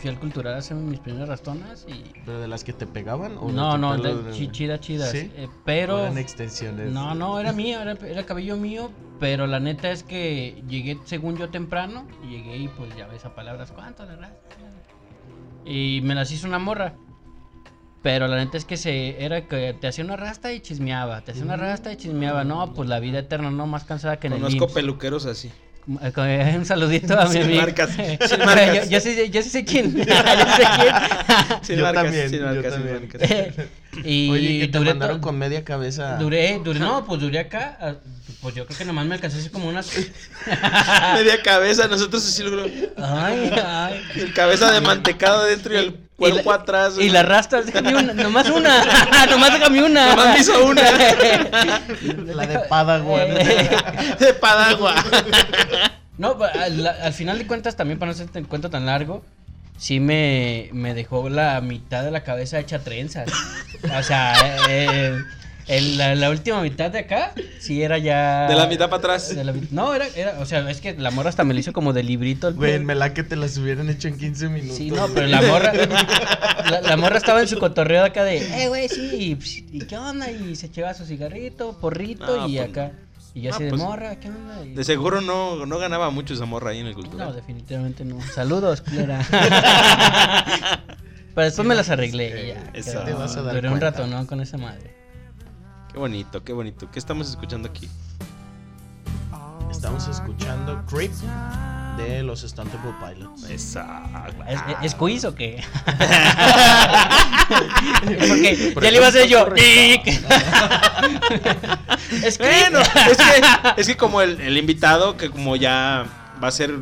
Fui al cultural a hacerme mis primeras rastonas y...
¿Pero de las que te pegaban? O
No,
de
no,
quitarlo
de-
de-
chi- chidas, chidas.
¿Sí?
Eh, pero...
Eran extensiones.
No, no, era mío, era, era cabello mío, pero la neta es que llegué, según yo, temprano, y llegué y pues ya ves a palabras, ¿cuánto la raza? Y me las hizo una morra. Pero la neta es que se era que te hacía una rasta y chismeaba, te hacía una rasta y chismeaba. No, pues la vida eterna, no, más cansada que en el
Conozco
IMSS.
peluqueros así.
Eh, Un saludito a mi
Sin
amigo.
marcas, sin marcas.
Yo, yo sí, yo sí sé quién. yo sé quién.
Sin
Yo
marcas,
también,
sin
yo
marcas, sin
también.
marcas.
Eh, y
Oye, que te
duré
mandaron
to-
con media cabeza.
Duré, duré, no, pues duré acá. ah, Pues yo creo que nomás me alcancé así como unas.
Media cabeza, nosotros así lo
Ay, ay.
El cabeza de mantecado adentro y el cuerpo
la-
atrás.
Y
güey.
la rastas, déjame una, nomás una. nomás déjame una.
Nomás me hizo una.
La de Padawan.
Eh.
de Padagua.
No, pa- al, al final de cuentas, también para no hacer el cuento tan largo, sí me, me dejó la mitad de la cabeza hecha trenzas. O sea, eh, el- la, la última mitad de acá, sí era ya.
De la mitad para atrás.
de la mi- no, era, era, o sea, es que la morra hasta me lo hizo como de librito. el
Güey,
pedo.
me la que te las hubieran hecho en 15 minutos.
Sí, no, pero la morra, la, la morra estaba en su cotorreo acá de, eh, güey, sí, y, pues, ¿y qué onda? Y se echaba su cigarrito, porrito
No,
y
pues,
acá. Y ya
no,
se de
pues,
morra, ¿qué onda? Y-
De seguro no, no ganaba mucho esa morra ahí en el cultural.
No, definitivamente no. Saludos, culera. pero después me las arreglé y ya.
Eso.
quedó.
Te
vas a dar
Duré un
cuenta.
rato, ¿no? Con esa madre.
Qué bonito, qué bonito. ¿Qué estamos escuchando aquí?
Estamos escuchando Creep de los Stuntable Pilots.
Eh, Esa.
¿Es, es, es quiz o qué? Porque ya le iba a hacer yo. es quiz.
Bueno, es que, es que como el, el invitado, que como ya va a ser.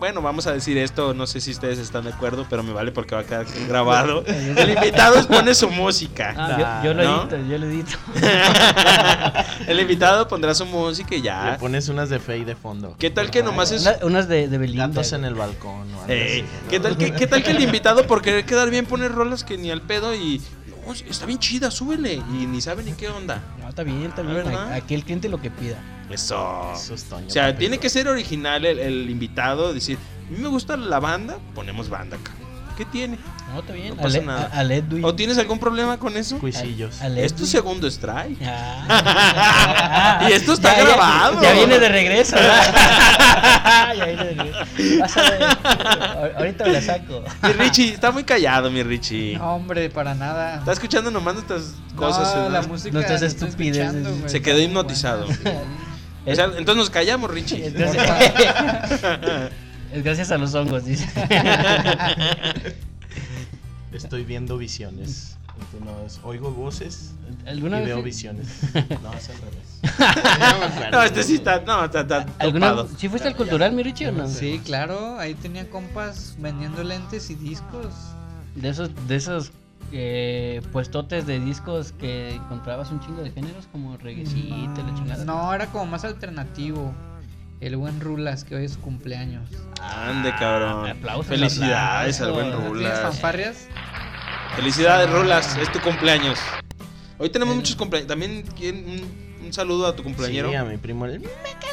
Bueno, vamos a decir esto, no sé si ustedes están de acuerdo, pero me vale porque va a quedar aquí grabado. El invitado expone su música.
Ah, yo, yo lo
¿No?
edito, yo lo edito. Ah.
El invitado pondrá su música y
Le
ya.
pones unas de Fey de fondo.
ah.
Ah,
¿Qué tal que nomás es
Una- unas de, de Belinda.
Gatos en
güey.
el balcón o algo
Eh,
así, ¿no?
¿qué, tal que, ¿Qué tal que el invitado por querer quedar bien pone rolas que ni al pedo y... "No, sí, está bien chida, súbele. Y ni sabe ni qué onda.
No, está bien, está bien.
¿Verdad?
Aquí el cliente lo que pida.
Eso.
Eso es Toño,
O sea,
papi.
tiene que ser original el, el invitado, decir, a mí me gusta la banda, ponemos banda acá. ¿Qué tiene?
No, está
No
bien. al,
pasa nada.
a- al Edwin.
¿O tienes algún problema con eso?
Cuisillos.
Al
Es tu
Edwin.
segundo strike.
Ah.
Y esto está
Ya- ya-
grabado.
Ya, viene de regreso. ¿verdad? ya viene de regreso. Vas a ver. Ahor- Ahorita la saco.
Mi Richie, está muy callado, mi Richie.
No, hombre, para nada.
Está escuchando nomás estas cosas.
no,
¿verdad?
la música.
No estás
la estoy
estupidez,
escuchando,
es-
güey,
Se
está
quedó
muy
hipnotizado.
buena, sí.
O sea, entonces nos callamos, Richie.
Entonces- es gracias a los hongos, dice.
Estoy viendo visiones. Tú no ves. oigo voces y
¿Alguna
veo
vez,
visiones. No, es al revés. No me acuerdo.
No, este sí está, no, está, está
¿alguna,
topado.
¿Sí fuiste al cultural, mi Richie, o no?
Sí, claro, ahí tenía compas vendiendo lentes y discos.
De esos, de esos eh, puestotes de discos que encontrabas un chingo de géneros como reguecito, la chingada.
Mm, No, era como más alternativo. El buen Rulas, que hoy es su cumpleaños.
Ande, cabrón.
Aplausos,
Felicidades al buen
aplausos.
¿No ¿Tienes
Rulas.
fanfarrias?
Felicidades, Rulas. Es tu cumpleaños. Hoy tenemos
El-
muchos cumpleaños. También ¿quién? un, un saludo a tu cumpleañero.
Sí, a mi primo el. ¡Me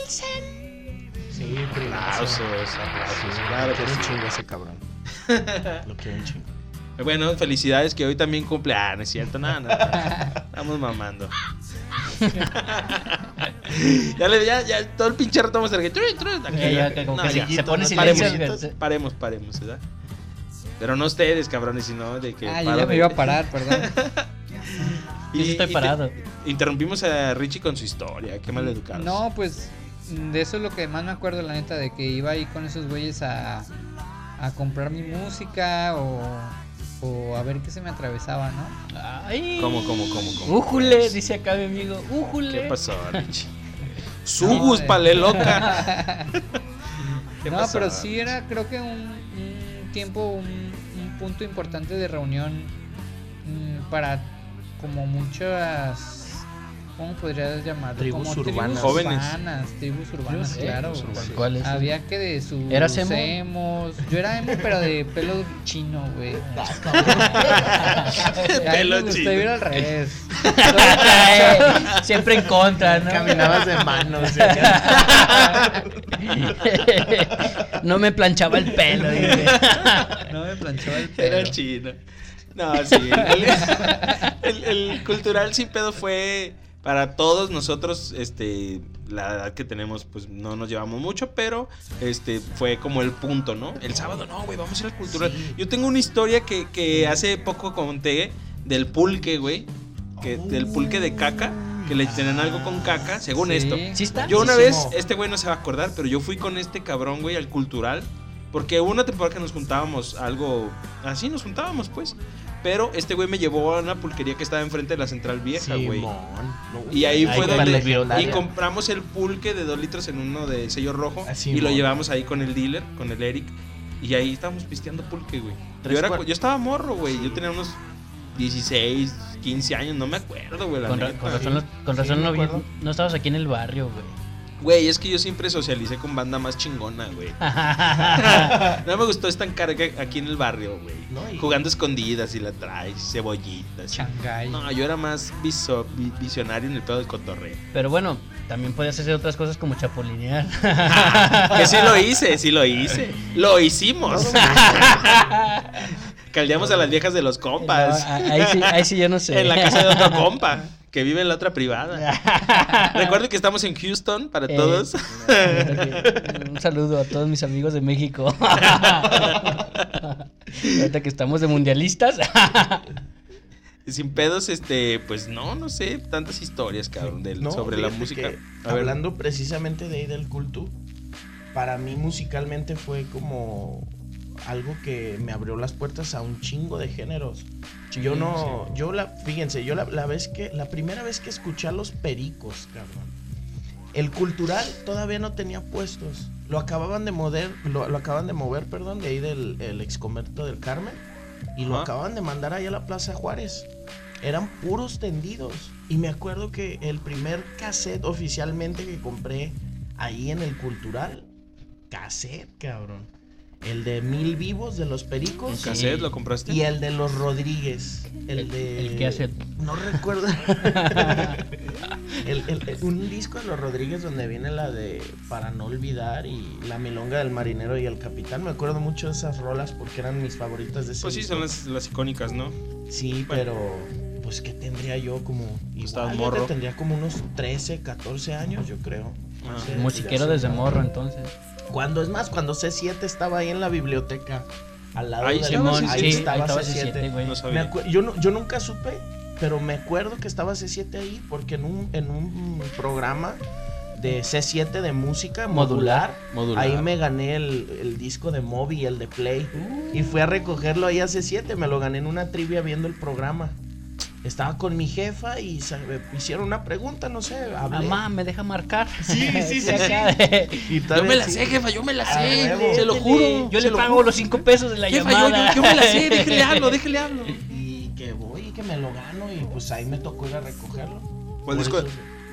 Sí,
Aplausos,
primazo.
aplausos.
Sí,
Claro
lo
que
quiero un
sí.
chingo ese cabrón. Lo quiero un chingo.
Bueno, felicidades que hoy también cumple. Ah, no es cierto, nada, nada. Estamos mamando. ya le ya, ya todo el pinche rato vamos a hacer que tru, tru, aquí,
Ya, ya, que como
no,
que se-
ya.
se pone
No,
silencio,
Paremos,
se-
paremos, paremos, ¿verdad? Pero no ustedes, cabrones, sino de que.
Ah, yo
paro
ya
de-
me iba a parar, perdón.
Yo sí estoy
te-
parado.
interrumpimos a Richie con su historia. Qué mal educados.
No, pues mm, de eso es lo que más me acuerdo, la neta, de que iba ahí con esos güeyes a, a comprar mi música o, o a ver qué se me atravesaba, ¿no?
Ay.
¿Cómo, cómo, cómo, cómo?
Újule, dice acá mi amigo. Újule.
¿Qué pasó, Richie? Sugus, paleloca. ¿Qué
no,
pasó?
pero sí era, creo que un, un tiempo, un, un punto importante de reunión mm, para como muchas ¿cómo podrías llamarlo?
Tribus
Como
urbanas.
Tribus
Jóvenes.
urbanas, tribus urbanas, claro.
tribus urbanas.
¿Cuál es?
Había que de sus
¿Eras emo?
emos. Yo era emo, pero de pelo chino, güey.
Pelo
pelo
chino.
chino. ir al revés.
Eh, Siempre en contra, ¿no?
Caminabas de manos.
no me planchaba el pelo. dice.
No me planchaba el pelo.
Era chino. No, sí. El, el- el cultural sin pedo fue para todos nosotros, este, la edad que tenemos, pues no nos llevamos mucho, pero este fue como el punto, ¿no? El sábado, no, güey, vamos a ir al cultural. Yo tengo una historia que, que hace poco conté del pulque, güey, que del pulque de caca, que le tenían algo con caca, según
Sí.
esto.
¿Sí está?
Yo una vez,
Buenísimo.
este güey no se va a acordar, pero yo fui con este cabrón, güey, al cultural. Porque hubo una temporada que nos juntábamos algo así, nos juntábamos, pues. Pero este güey me llevó a una pulquería que estaba enfrente de la central vieja, güey.
Simón. No,
y ahí
Ay,
fue
para los
donde.
violarios.
Y compramos el pulque de dos litros en uno de sello rojo. y
Ah,
lo
Simón.
llevamos ahí con el dealer, con el Eric. Y ahí estábamos pisteando pulque, güey. Yo,
Tres
era-
cuar-
yo estaba morro, güey. Yo tenía unos 16, 15 años, no me acuerdo, güey. la
Con, ra-
neta.
con razón, no- con
Sí,
razón
me
no, vi-
acuerdo.
no estabas aquí en el barrio, güey.
Güey, es que yo siempre socialicé con banda más chingona, güey. No me gustó estancar que- aquí en el barrio, güey.
No, y-
Jugando escondidas y la traes, cebollitas.
Shanghai.
No, yo era más viso- vi- visionario en el pedo de cotorreo.
Pero bueno, también podías hacer otras cosas como chapulinear.
que sí lo hice, sí lo hice. Lo hicimos. Caldeamos a las viejas de los
No,
compas.
a- ahí, sí, ahí sí yo no sé.
En la casa de otro compa, que vive en la otra privada. Recuerden que estamos en Houston para
Eh,
todos.
Un saludo a todos mis amigos de México. Ahorita que estamos de mundialistas.
Sin pedos, este, pues no, no sé, tantas historias, cabrón, del-
No,
sobre la
fíjate
música.
que
A ver.
hablando precisamente de ahí del culto, para mí musicalmente fue como algo que me abrió las puertas a un chingo de géneros. yo no, yo la, fíjense, yo la, la vez que, la primera vez que escuché a los pericos, cabrón. El cultural todavía no tenía puestos. Lo acababan de mover, lo, lo acaban de mover, perdón, de ahí del el exconvento del Carmen. Y lo
Ajá.
acaban de mandar allá a la Plaza Juárez. Eran puros tendidos. Y me acuerdo que el primer cassette oficialmente que compré ahí en el cultural. Cassette, cabrón. El de Mil Vivos de los Pericos.
¿Un cassette lo compraste?
Y el de los Rodríguez. El de.
el que hace-
No recuerdo. El- el- el- un disco de los Rodríguez donde viene la de Para no olvidar y La Milonga del Marinero y el Capitán. Me acuerdo mucho de esas rolas porque eran mis favoritas de ese
Pues sí,
disco.
son las, las icónicas, ¿no?
Sí, pero. Pues que tendría yo como.
Pues Estabas
Igual, yo
morro.
tendría como unos 13, 14 años, yo creo.
Ah.
No sé,
Musiquero
ya sé.
desde morro, entonces.
Cuando es más, cuando C7 estaba ahí en la biblioteca. Al lado
Ahí
de
estaba
ahí
C7.
sí,
estaba
ahí estaba
C7.
C7, güey.
No
Me
sabía.
acu- yo, no- yo nunca supe, pero me acuerdo que estaba C7 ahí porque en un, en un programa de C7 de música modular,
Modular.
ahí me gané el, el disco de Moby, el de Play. Y fui a recogerlo ahí a C7, me lo gané en una trivia viendo el programa. Estaba con mi jefa y se- me hicieron una pregunta, no sé, hablé.
Mamá, ¿me deja marcar?
Sí, sí, sí, sí.
acá de-
Y
Yo
todavía
me la
sí.
sé, jefa, yo me la
Ah,
sé.
huevo.
Se lo juro.
Yo
se
le
lo
pago
juro.
los cinco pesos de la
Jefa, yo,
llamada.
yo, yo me la sé, déjele hablo, déjele hablo.
Y que voy y que me lo gano y pues ahí me tocó ir a recogerlo. Por
¿Cuál disco,
eso-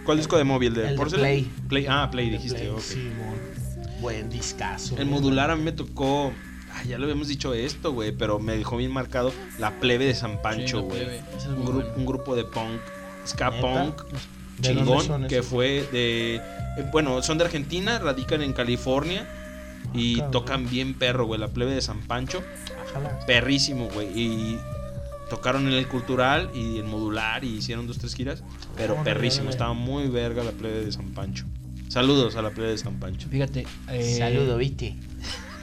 ¿Cuál disco de móvil? ¿De
El de
Porcelain?
Play.
Ah, Play, dijiste,
Play,
ok.
Simón. Buen discazo.
El modular a mí me tocó. Ay, ya lo habíamos dicho esto, güey, pero me dejó bien marcado La Plebe de San Pancho, güey. un, gru- un grupo de punk, ska
¿Neta?
punk,
¿De dónde
chingón,
son
que
esos?
fue de... eh, Bueno, son de Argentina, radican en California y
Ah, cabrón.
tocan bien perro, güey, la plebe de San Pancho,
Ojalá.
perrísimo, güey. Y tocaron en el cultural y en modular y hicieron dos, tres giras, pero
Órale,
perrísimo,
órale.
estaba muy verga la plebe de San Pancho. Saludos a la plebe de San Pancho.
Fíjate, eh,
Saludo, viste.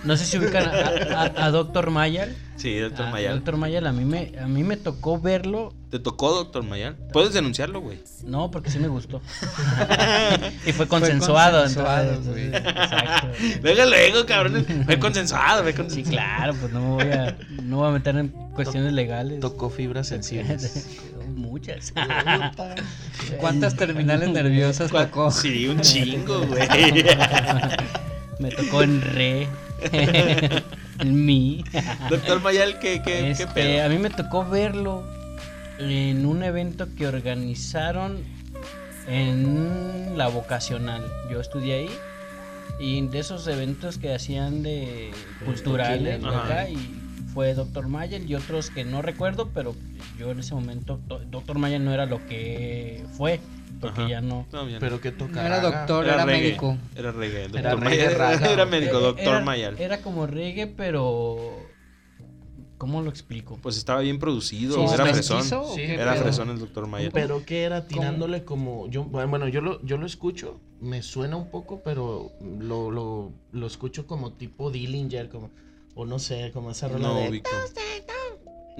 no sé si ubican a, Doctor Mayal.
Sí, doctor
a,
Mayal.
Ah, Doctor Mayal, a mí me, a mí me tocó verlo.
¿Te tocó, doctor Mayal? Puedes denunciarlo, güey.
No, porque sí me gustó. y fue consensuado.
consensuado,
entonces,
güey.
Exacto.
Luego, luego, cabrón. Me he consensuado, me he
Sí,
consensuado.
claro, pues no me voy a, no me voy a meter en cuestiones legales.
Tocó fibras sensibles.
Muchas.
¿Cuántas terminales nerviosas tocó?
Sí, un chingo, güey.
Me tocó en re. en mi.
Doctor Mayal, ¿qué, qué,
Este,
qué pedo?
a mí me tocó verlo en un evento que organizaron en la vocacional. Yo estudié ahí y de esos eventos que hacían de culturales
Chile, ajá.
acá, y fue Dr. Mayer y otros que no recuerdo, pero yo en ese momento to- Dr. Mayer no era lo que fue, porque
Ajá.
ya no
No, ya no.
Pero que toca.
No era doctor, era,
reggae,
médico.
Era reggae.
Era
doctor
reggae
Mayer,
raga.
era médico,
Eh,
doctor
era-
Mayal.
Era como reggae, pero ¿cómo lo explico?
Pues estaba bien producido,
¿Como
era
mestizo
fresón.
o
Sí,
qué
Era
pedo?
fresón el doctor Mayer.
Pero que era tirándole como. Yo, bueno, yo lo, yo lo escucho, me suena un poco, pero lo, lo, lo escucho como tipo Dillinger, como. O no sé, como esa rola
No,
de.
ubico.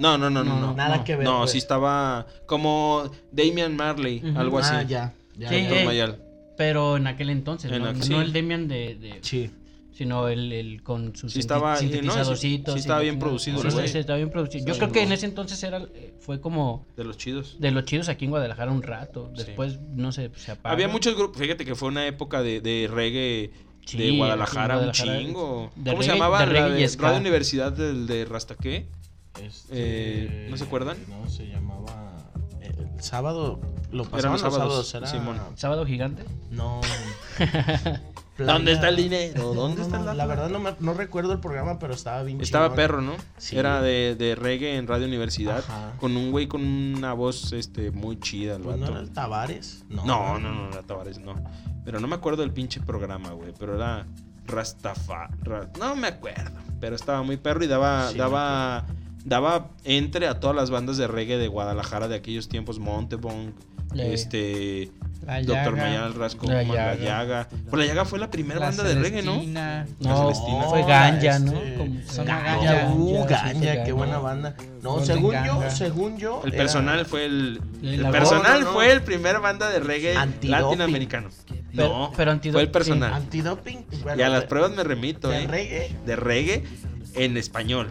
no, no, no, no, no.
Nada
no.
que ver.
No,
pues.
sí estaba como Damian Marley,
Ujú.
algo así.
Ah, ya. ya,
Sí,
ya.
Doctor
eh.
Mayal.
Pero en aquel entonces,
En
¿no?
aqu-
No
sí.
el Demian de, de-
Sí.
sino el, el con sus
Sí estaba-
sinti-
eh, no, sí- sí estaba
y la
bien
chingada.
producido,
Sí,
güey.
sí, estaba bien producido. Yo
Sí,
creo que
no.
en ese entonces era eh, fue como
De los chidos.
de los chidos aquí en Guadalajara un rato.
Sí.
Después, no sé, se apagó.
Había muchos grupos, fíjate que fue una época de, de reggae
Sí,
de Guadalajara,
en
un
Guadalajara.
chingo.
De
¿Cómo se
reggae-
llamaba?
de
la
reggae y
de
ska.
Radio Universidad del de Rastaqué.
Este,
Eh, ¿no se acuerdan?
No, se llamaba. eh, El sábado. Lo
Eran
pasaban
los
los
sábados,
sábados, era.
Simón.
Sábado gigante.
No.
¿Dónde está el
Playa-
dinero?
No,
¿Dónde
no,
está el
no,
dato?
La verdad no, me- no recuerdo el programa, pero estaba bien
Estaba
chingón.
perro, ¿no?
Sí.
Era de, de reggae en Radio Universidad.
Ajá.
Con un güey con una voz este, muy chida, el
Pues, ¿No
vato.
era el Tavares?
No, no, no, era Tavares, no. Pero no me acuerdo del pinche programa, güey. Pero era Rastafa. Ra- No me acuerdo. Pero estaba muy perro y daba,
Sí,
daba, daba entre a todas las bandas de reggae de Guadalajara de aquellos tiempos. Montebong,
Eh,
este,
La
Doctor
Llaga,
Mayal, Rasco,
La
Human, La
Llaga.
Llaga. Pues La Llaga fue la primera
La
banda de reggae, ¿no?
Celestina.
La
No,
Celestina.
fue Ah, Ganja,
Este,
¿no? Como-
Son
Ganja,
Ganja,
uh,
sí, fue
Ganja, qué
Ganja.
buena banda. No,
Golden
según
Ganja.
yo, según yo.
El
era-
personal fue el.
La-
el
la-
personal
No, no, no.
fue el primer banda de reggae
Antidoping.
latinoamericano.
Pero-
no,
pero antidoping-
fue el personal.
Antidoping.
y
bueno,
a las
de-
pruebas me remito,
de
¿eh?
reggae.
de reggae en español.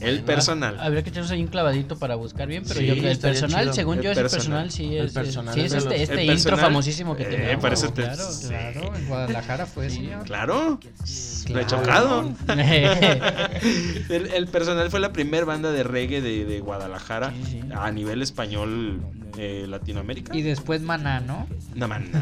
El
Ah,
Bueno,
personal.
Habría que echarnos ahí un clavadito para buscar bien, pero
Sí,
yo, el
estaría
personal,
chido.
según
El
yo, ese
personal.
personal sí es.
El
es-
personal
sí, es
de los-
este, este
el
intro
personal.
famosísimo que
Eh,
tenemos.
parece te-
claro,
sí.
Claro, en Guadalajara fue así. ¿no?
Claro,
Claro.
rechocado. El, el personal fue la primera banda de reggae de, de Guadalajara
Sí, sí.
a nivel español eh, Latinoamérica.
Y después Maná, ¿no?
No, man, no.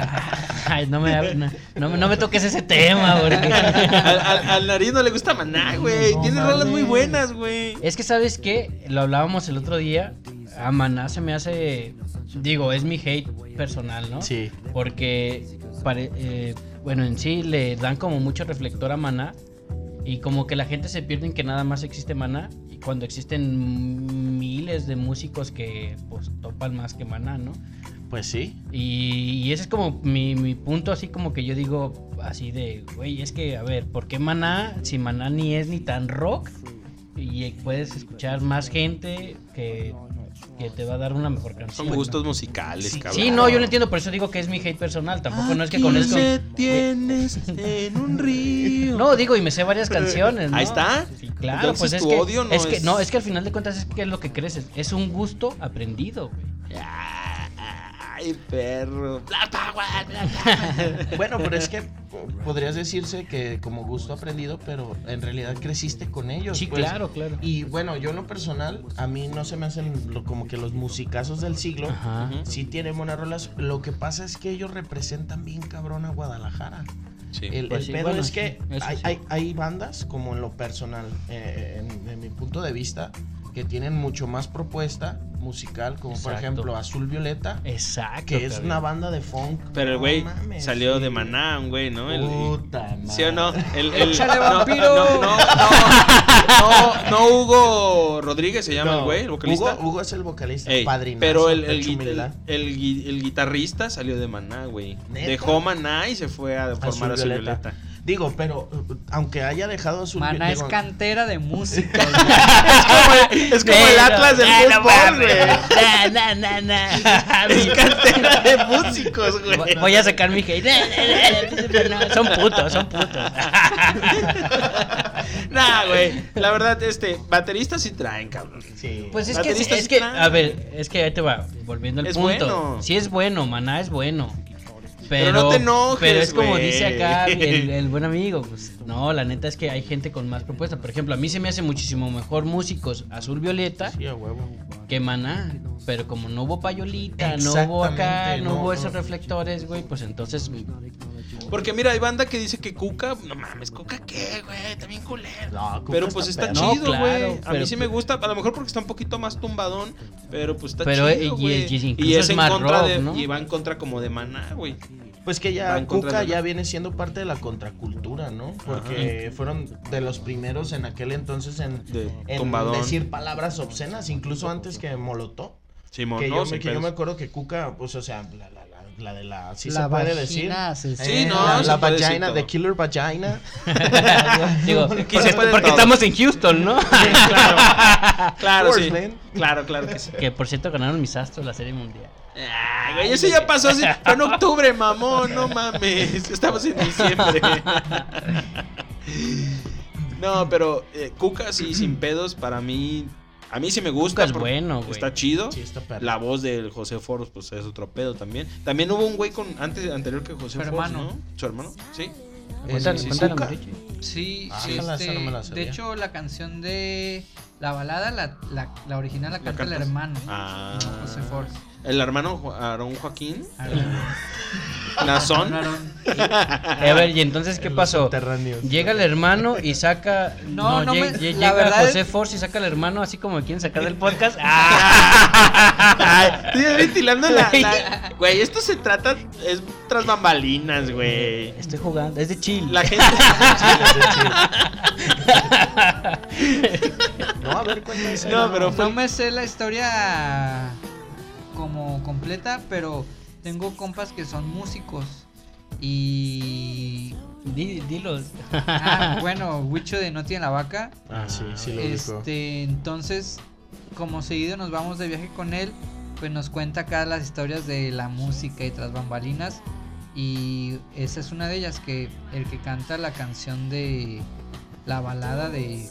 Ay, no me, hab- no, no me- no me toques ese tema, porque.
Al, al- al nariz no le gusta maná, güey.
No
Tiene rolas muy
mames.
buenas, güey.
Es que sabes que lo hablábamos el otro día. A Maná se me hace. Digo, es mi hate personal, ¿no?
Sí.
Porque, pare- eh, bueno, en sí le dan como mucho reflector a Maná. Y como que la gente se pierde en que nada más existe Maná. Y cuando existen miles de músicos que pues topan más que Maná, ¿no?
Pues sí.
Y, y ese es como mi, mi punto, así como que yo digo, así de, güey, es que, a ver, ¿por qué Maná, si Maná ni es ni tan rock? Y puedes escuchar más gente que, que te va a dar una mejor canción.
Son gustos
¿no?
musicales, cabrón.
Sí, no, yo lo entiendo, por eso digo que es mi hate personal, tampoco
Ah,
no es que con
Aquí
esto...
me tienes en un río.
No, digo, y me sé varias canciones. ¿no?
Ahí está.
Sí, claro,
Entonces,
pues es
tu
que,
odio no
es que
es-
no, es que al final de cuentas es que es lo que creces, es un gusto aprendido, güey.
Ay, perro. Black Power, Black
Bueno, pero es que po- podrías decirse que como gusto aprendido, pero en realidad creciste con ellos.
Sí,
pues.
claro, claro.
Y bueno, yo en lo personal, a mí no se me hacen lo- como que los musicazos del siglo.
Ajá.
Ujú.
Sí tienen buenas rolas. Lo que pasa es que ellos representan bien cabrón a Guadalajara.
Sí.
El,
Pues
el
sí,
pedo
bueno,
es
sí,
que
eso
hay,
sí.
hay- hay bandas, como en lo personal, eh, en, en mi punto de vista, que tienen mucho más propuesta musical, como por
Exacto.
ejemplo Azul Violeta,
Exacto.
que es
cabrón.
una banda de funk.
Pero el
No
güey
mames,
salió
sí.
de Maná, un güey, ¿no? El-
Puta madre.
¿Sí o no? El, el-
¡Échale,
no,
vampiro!
No, no, no, no, no, Hugo Rodríguez se llama el
No,
güey, el vocalista.
Hugo, Hugo es el vocalista,
Ey,
padrino.
pero el, el, gui- el, el gui- el guitarrista salió de Maná, güey.
¿Neta?
Dejó Maná y se fue a formar a su
Violeta.
violeta.
Digo, pero eh, aunque haya dejado Azul
Maná es
digo,
cantera de música. güey.
Es como el Atlas del fútbol, güey.
Na, na, na, na.
Es cantera de músicos, güey.
Voy a sacar mi hate. Na, na, na, na. Son putos, son putos.
Nah, güey. La verdad, este, bateristas sí traen, cabrón.
Sí.
Pues es que,
Baterista
es
sí
que,
trae.
a ver, es que ahí te va, volviendo al
Es
punto.
bueno.
Sí es bueno, maná es bueno.
Pero no te enojes,
Pero es como
güey.
dice acá el, el buen amigo. pues, no, la neta es que hay gente con más propuesta. Por ejemplo, a mí se me hace muchísimo mejor músicos Azul Violeta
Sí, a huevo.
que Maná. Pero como no hubo payolita, no hubo acá,
Exactamente,
no,
no,
hubo
no.
esos reflectores, güey, pues entonces.
Porque mira, hay banda que dice que Cuca, no mames, Cuca qué, güey, también culero.
No, Cuca
Pero pues está
perro.
No,
chido, güey.
claro,
a
pero- pues
mí sí me gusta, a lo mejor porque está un poquito más tumbadón, pero pues está
Pero, eh, y-
chido, güey.
y- y incluso
Y es
es
en
más
contra
rock,
de
¿no?
y va en contra como de Maná, güey.
Pues que
Va
ya
en contra
Cuca
de la-
ya viene siendo parte de la contracultura, ¿no? Porque fueron de los primeros en aquel entonces en,
De
en
tumbadón.
decir palabras obscenas, incluso antes que Molotov.
Simón,
que
no,
yo,
sin
me, que yo
pedos.
me acuerdo que Cuca, pues, o sea, la, la, la, la de la. Sí
La
se puede decir. Eh.
vagina asesina.
Sí, no,
la,
se
la
puede decir
vagina,
todo.
The Killer Vagina.
Digo, pues,
Aquí se puede
porque
todo.
estamos en Houston, ¿no?
claro, claro, sí.
Portland.
Claro, claro que sí.
que por cierto ganaron mis astros la serie mundial.
Ah, güey, eso ya pasó así. Fue en octubre, mamón, no mames. Estamos en diciembre. No, pero eh, Cuca sí, sin pedos, para mí. A mí sí me gusta.
Cuca es
porque
bueno, güey.
Está chido.
Sí, está perro.
La voz del José Foros, pues es otro pedo también. También hubo un güey con antes anterior que José
Su
Foros,
hermano.
¿no? Su hermano, sí.
Cuéntale,
Eh, sí, sí,
cuéntale,
Cuca.
Mauricio.
Sí,
Ah,
este,
esa la- esa no me la
de
sabía.
hecho la canción de la balada, la, la, la original la canta el
cantas?
hermano.
Ah.
José Force.
El hermano Jo- Aarón Joaquín,
Aarón.
Nazón.
Aarón.
Eh, a ver, y entonces, ¿qué
Los
pasó?
subterráneos.
Llega el hermano y saca. No,
No, no
lle-
me-
lle-
la
llega
verdad
José
es-
Force y saca al hermano, así como quieren sacar del podcast. ¡Ah!
Estoy ventilando la, la- Güey, esto se trata. Es tras bambalinas, güey.
Estoy jugando, es de chill.
La gente.
No, a ver, cuéntame. esa.
No, pero
No me sé la historia como completa, pero tengo compas que son músicos. Y.
Di- dilos.
Ah, bueno, Wicho de No tiene la vaca.
Ah, sí, sí lo ubico.
Este, entonces, como seguido nos vamos de viaje con él, pues nos cuenta acá las historias de la música y tras bambalinas. Y esa es una de ellas, que el que canta la canción de la balada de,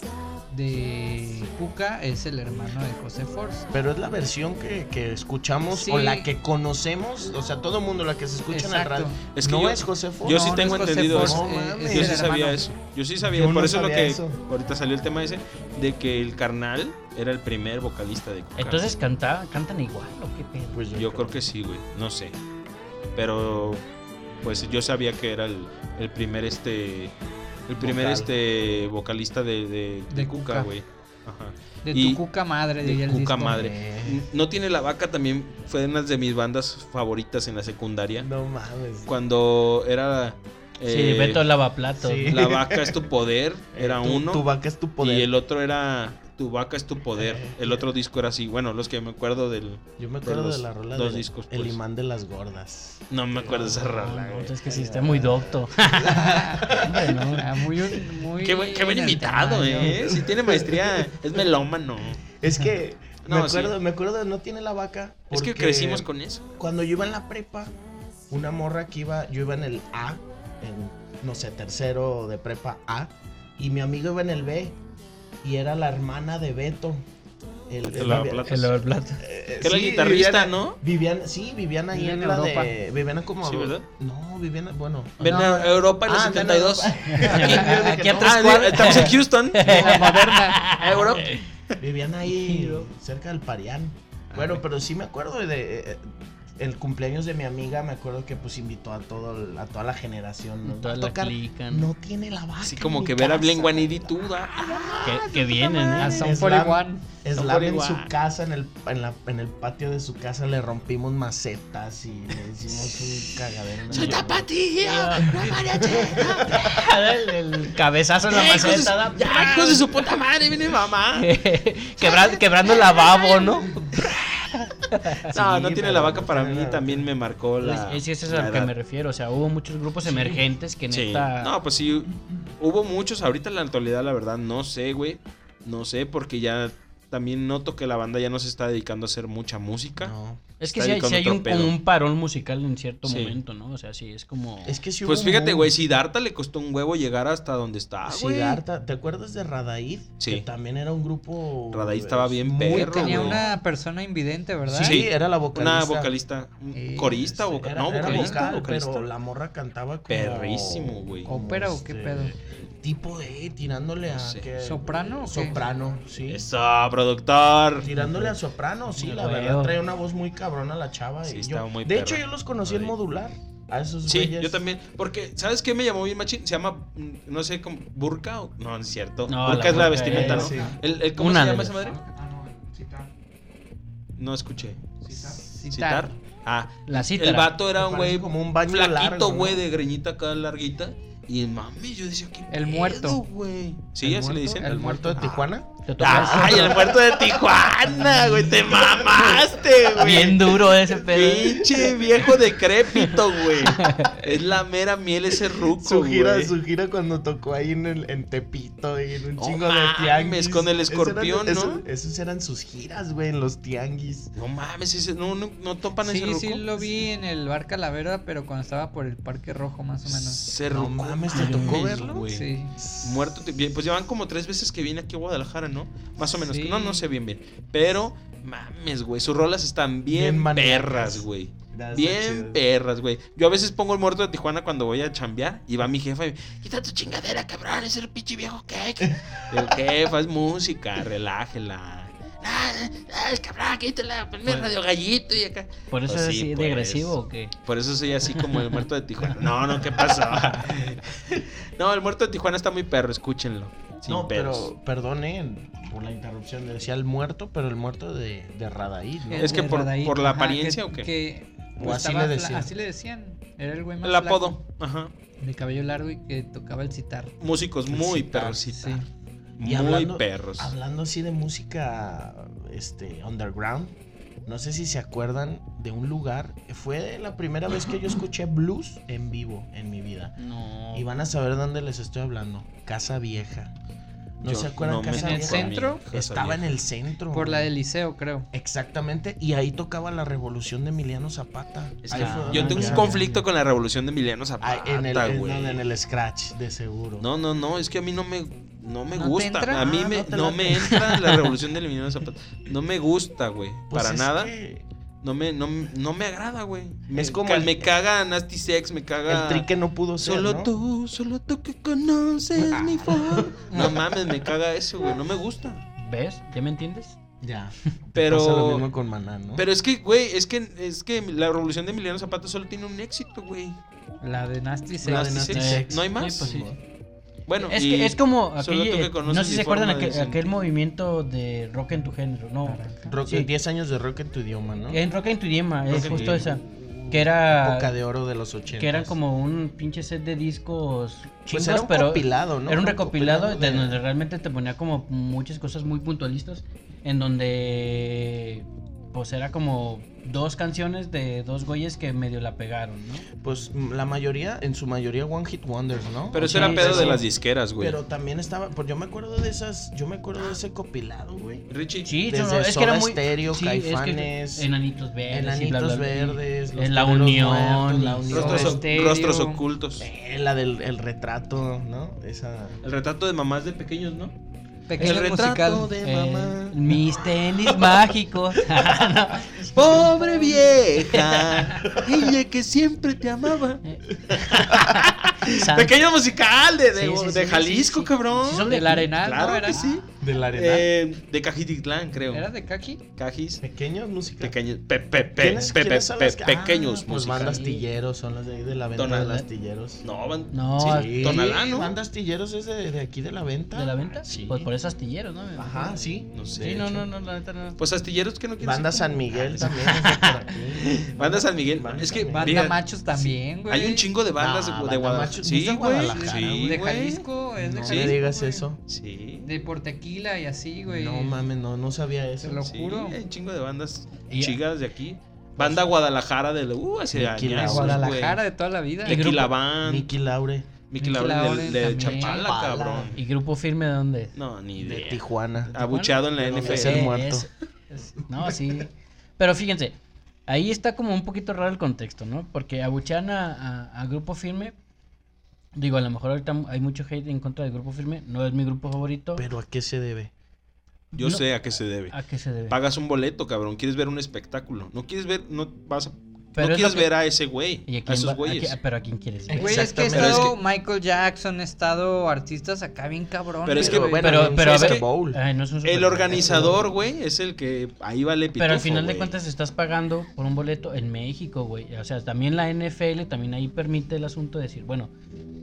de Cuca es el hermano de José Force.
Pero es la versión que, que escuchamos
Sí.
o la que conocemos, o sea, todo mundo, la que se escucha en el
Exacto.
radio.
Es que
no
yo-
es José Fo-
Yo
No,
sí
no
tengo
es José
entendido
Force,
eso.
No
eh,
mames.
es
Yo
el
sí sabía
hermano.
eso. Yo sí sabía.
Yo
por
no
eso es lo
sabía
que.
eso.
Ahorita salió el tema ese. De que el carnal era el primer vocalista de Cuca.
Entonces canta, cantan igual o qué pedo.
Pues
Yo creo que sí, güey. No sé. Pero. Pues yo sabía que era el, el primer este. El primer
Vocal.
este vocalista de, de, de
De
Cuca,
Cuca.
güey. Ajá.
De
Y-
tu Cuca madre,
de
diría el
Cuca
disco.
madre. No tiene la vaca también fue una de mis bandas favoritas en la secundaria.
No mames.
Cuando era eh,
sí, Beto Lavaplato.
sí.
¿no?
la vaca es tu poder, era
Tu-
uno
Tu vaca es tu poder.
y el otro era tu vaca es tu poder.
Eh.
El otro disco era así, bueno, los que me acuerdo del
Yo me acuerdo de,
los
la rola
dos
de
discos,
El
pues.
imán de las gordas.
no me acuerdo esa
Ah,
rola.
no,
güey.
es que sí, está muy docto. Hombre, no.
Ah, muy, un- muy
Qué buen, qué buen
en el
invitado,
temario.
eh. Si tiene maestría, es melómano.
Es que me
No, sí.
acuerdo, me acuerdo de No tiene la vaca.
Es que
porque
crecimos con eso.
Cuando yo iba en la prepa, una morra que iba, yo iba en el A, en no sé, tercero de prepa A, y mi amigo iba en el B, y era la hermana de Beto. El,
De la
vivi-
plata.
El Lavaplato.
eh,
Que era el
sí,
guitarrista,
vivían-
¿no?
Vivían, sí, vivían ahí
Vivían
en,
en
la
Europa.
de. Vivían como.
Sí, ¿verdad?
No, vivían, bueno.
Ven a Europa en el
Ah, anda en
72.
Europa.
Aquí a tres
Ah,
cuadras.
estamos en Houston.
La moderna.
Europa.
Eh,
Vivían ahí cerca del Parián.
Ah,
Bueno, pero sí me acuerdo de eh, el cumpleaños de mi amiga, me acuerdo que pues invitó a todo el- a toda la generación, ¿no?
Toda
a
la
tocar.
clica, ¿no?
No tiene la vaca.
Así
en
como
mi
que ver a
casa.
Blink One y tú,
Que, que vienen,
A
¿eh?
Son
Es
41.
Slab en su
igual.
casa, en el, en, la- en el patio de su casa, le rompimos macetas y le hicimos un cagadero. en el suelo.
Eh,
el, el cabezazo en la maceta. da-
Ya, hijos de su puta madre, viene mamá.
Quebra- quebrando lavabo, ¿no?
No,
Sí,
no tiene
pero
la vaca
no
para
tiene
mí,
la-
también me marcó la.
Es, es Pues, eso
la
a lo que
edad.
me refiero. O sea, hubo muchos grupos emergentes que
Sí.
neta.
No, pues sí, hubo muchos. Ahorita en la actualidad, la verdad, no sé, güey. No sé, porque ya También noto que la banda ya no se está dedicando a hacer mucha música.
No.
Es
pues, Está
que sí hay,
dedicando
sí hay
otro
un,
pedo.
como un parón musical en cierto
Sí.
momento, ¿no? O sea, sí, es como...
Es que si
Pues fíjate, güey, si Darta le costó un huevo llegar hasta donde está, güey.
Siddhartha, ¿te acuerdas de Radaid?
Sí.
Que también era un grupo.
Radhaid estaba bien
muy
perro,
Tenía
güey.
una persona invidente, ¿verdad?
Sí,
Sí,
era la vocalista.
Una vocalista, un
Eh,
corista, voca-
Era-
no,
era
vocalista,
vocal,
vocalista.
Pero la morra cantaba como. este,
Perrísimo, güey.
como
¿Ópera o qué pedo?
Tipo de tirándole a.
No sé.
que-
¿Soprano o qué?
Soprano, sí.
Eso, productor.
Tirándole a soprano, sí,
Me
la
acuerdo.
verdad. Trae una voz muy cabrona la chava.
Sí,
y
estaba
yo-
muy
de
perra.
hecho, yo los conocí en
Ay.
modular. A esos
Sí,
güeyes.
yo también. Porque, ¿sabes qué me llamó bien machín? Se llama, mm, no sé, como, burka o... No, no es cierto.
No,
burka
la
es la
burka
vestimenta,
Eh,
¿no?
sí.
El, el- ¿Cómo
Una
se
de
llama
las-
esa madre? No escuché.
Citar.
¿Citar? Ah,
La cita.
el vato era
Me
un
parece
güey
como un baño largo,
flaquito,
¿no?
güey, de greñita acá larguita. Y mami, yo decía, ¿qué
El
pedo,
muerto.
güey? Sí,
¿El
así le
muerto?
dicen.
¿El muerto de
Ah.
Tijuana?
Te tocó
Ay, el muerto de Tijuana, güey, te mamaste,
eso.
güey.
Bien duro ese pedo.
Pinche viejo decrépito, güey. Es la mera miel ese ruco,
Su gira,
güey.
su gira cuando tocó ahí en, el, en Tepito y en un
No
chingo de
mames,
tianguis.
con el
Esos
escorpión,
eran-
¿no?
esos- esos eran sus giras, güey, en los tianguis.
No mames, ese, no, no, no topan ese
Sí,
ruco.
sí, lo vi en el Bar Calavera, pero cuando estaba por el Parque Rojo, más o menos.
Ese
No
ruco,
mames, ¿te tocó verlo?
güey.
Sí.
Muerto, te- bien, pues llevan como tres veces que viene aquí a Guadalajara, ¿no? Más o menos,
Sí.
no, no sé bien, bien. Pero, mames, güey, sus rolas están bien,
Bien maníacas.
perras, güey.
Nada, está
Bien
chido.
perras, güey. Yo a veces pongo el muerto de Tijuana cuando voy a chambear y va mi jefa y me quita tu chingadera, cabrón, es el pinche viejo cake. El jefa, es música, relájela. Ah, ah, es cabrón, quítala, ponme
Pues-
radio gallito y acá.
Por eso
Pues
es
sí,
así
pues.
de agresivo o qué.
Por eso soy así como el muerto de Tijuana. No, no, ¿qué pasó? No, el muerto de Tijuana está muy perro, escúchenlo. Sin
no,
pedos.
pero perdone por la interrupción. Decía el muerto, pero el muerto de, de Radaí, ¿no?
Es que
de
por-
Radaí.
por la
Ajá,
apariencia, ¿o qué?
que
O
pues,
así
estaba
le
fla-
decían.
así le decían. Era el güey más
El apodo, ajá.
flaco, De cabello largo y que tocaba el citar.
Músicos muy
Citar,
perrosita.
sí.
Muy perros.
Hablando así de música este, underground, no sé si se acuerdan de un lugar. Fue la primera vez que yo escuché blues en vivo en mi vida.
No.
Y van a saber dónde les estoy hablando. Casa Vieja. ¿No
Yo
se acuerdan
me
Casa
En el
Vieja?
tocó a mí,
centro,
Casa
Estaba en
Vieja.
el centro.
Por la
güey.
del liceo, creo.
Exactamente. Y ahí tocaba la revolución de Emiliano Zapata.
Es
Ahí
que
fue
yo
donde
tengo
ya-
un conflicto con la revolución de Emiliano
Ah,
Zapata,
en, el, en-
güey.
en el scratch, de seguro.
No, no, no, es que a mí no me, no me
¿No te
gusta.
entra?
A mí
Ah,
me,
no te
no,
late.
me entra la revolución del Emiliano Zapata. No me gusta, güey.
Pues
Para
es
nada.
que
No, me, no, me- no me agrada, güey.
Es
Es
como
como.
el-
me caga Nasty Sex, me
El
caga.
tri que no pudo ser.
Solo
¿no? Ah.
tú, solo tú que conoces mi forma. No mames, me caga eso, güey. No me gusta.
¿Ves? ¿Ya me entiendes?
Ya.
Pero-
Pasa lo mismo con Maná, ¿no?
Pero es que, güey, es que, es que la revolución de Emiliano Zapata solo tiene un éxito, güey.
La de Nasty
La de
Sex.
Nasty
Sí,
Sex.
¿No hay más?
Sí, pues sí.
Bueno,
Es,
y-
que, es como
solo tú
aquel,
que conoces
no sé si
mi
se acuerdan
forma de
aquel, aquel
sentir.
movimiento de rock en tu género, no.
Rock-
Sí.
10 años de rock en tu idioma, ¿no?
En rock en tu idioma,
Rock
es
en tu
justo
idioma.
esa. Que era
Época de oro de los 80.
que eran como un pinche set de discos
Pues
chingos,
era un
pero
compilado, ¿no?
era un recopilado de
de-
donde realmente te ponía como muchas cosas muy puntualistas en donde pues era como dos canciones de dos güeyes que medio la pegaron, ¿no?
Pues m- la mayoría, en su mayoría, One Hit Wonders, ¿no?
Pero eso
Sí,
era pedo
sí,
de
sí.
las disqueras, güey.
Pero también estaba. Pues yo me acuerdo de esas. Yo me acuerdo de ese compilado, güey.
Richie.
Sí,
Desde
no, no, es que era
Soda
muy
Stereo,
sí, es que-
Caifanes,
enanitos verdes, y bla, bla,
Enanitos
bla, y-
Verdes. Los
en la
Toreros
unión,
Muertos, la
y-
unión. Este,
Rostros,
Soda
o-
Stereo.
rostros ocultos.
Eh, la del el retrato, ¿no? Esa.
El retrato de mamás de pequeños, ¿no?
Pequeño
El retrato
musical.
de
Eh,
mamá.
mis tenis mágicos.
Pobre vieja. Ella que siempre te amaba.
San-
Pequeño musical de, de,
Sí, sí,
de
sí, sí,
Jalisco,
sí.
cabrón.
Sí, son
Del Arenal,
Claro
¿no? Era,
que sí.
De la arena.
Eh, de Cajititlán, creo.
¿Era de Kaki?
Cajis.
Pequeños músicas.
Pequeños. pe- pe- pe-
¿Quiénes-
pe-
quiénes son
pe-
las que-
pequeños
Ah, Pues banda
musicales.
Astilleros, son las de ahí de la venta
Tonalá.
de los Astilleros.
No, van-
No,
sí, Tonalá,
Tonalá,
¿no?
Banda Astilleros es de, de aquí de la venta.
¿De la venta?
Sí.
Pues por esos astilleros, ¿no?
Ajá, sí.
No sé.
Sí, no, no, no, la neta no. Ah,
Pues astilleros que no quieren. Ah,
Banda San Miguel también es de por aquí.
Banda San Miguel.
Banda
es que
San Miguel.
Banda
mira,
Machos también, güey.
hay un chingo de bandas
No,
de,
Banda
Guadalajara.
Macho-
Sí,
es de
güey.
Guadalajara,
Sí,
güey.
De
güey.
Jalisco, es de
No
Sí.
me
Jalisco,
digas
güey.
eso.
Sí.
De por tequila y así, güey.
No mames, no, no sabía eso.
Te lo
Sí,
juro.
hay un chingo de bandas
Y-
chicas de aquí. Banda Guadalajara de la. Uh, hace
Tequila
De
años.
Guadalajara de toda la vida.
Y-
Tequila
grupo-
Band.
Nicky Laure.
Mikel
Mikel
Lauren del-
Lauren
de,
también.
Chapala,
Chapala.
cabrón.
¿Y grupo firme de dónde es?
No, ni
De
idea. Ah,
Tijuana.
Abucheado en la
Tijuana.
NFL.
Es el muerto.
es- es- no, sí. Pero fíjense, ahí está como un poquito raro el contexto, ¿no? Porque abuchean a, a- a Grupo Firme. Digo, a lo mejor ahorita hay mucho hate en contra de Grupo Firme. No es mi grupo favorito.
Pero ¿a qué se debe?
Yo
No.
sé a qué se debe.
¿A qué se debe?
Pagas un boleto, cabrón. Quieres ver un espectáculo. No quieres ver, no vas a-
Pero es
no
lo
quieres
que-
ver a ese güey,
¿Y a
a
quién va-
esos
a
güeyes.
qué- pero a quién quieres ver?
Güey, es que ha
Pero es
estado Michael Jackson, ha estado artistas acá bien cabrón.
Pero es que,
güey.
bueno,
pero-
un
pero a
Super
ver-
Bowl.
Ay, Ah, no es un
El
super-
organizador, güey, es el que ahí vale pitufo,
Pero al final de
güey.
cuentas estás pagando por un boleto en México, güey. O sea, también la NFL también ahí permite el asunto de decir, bueno,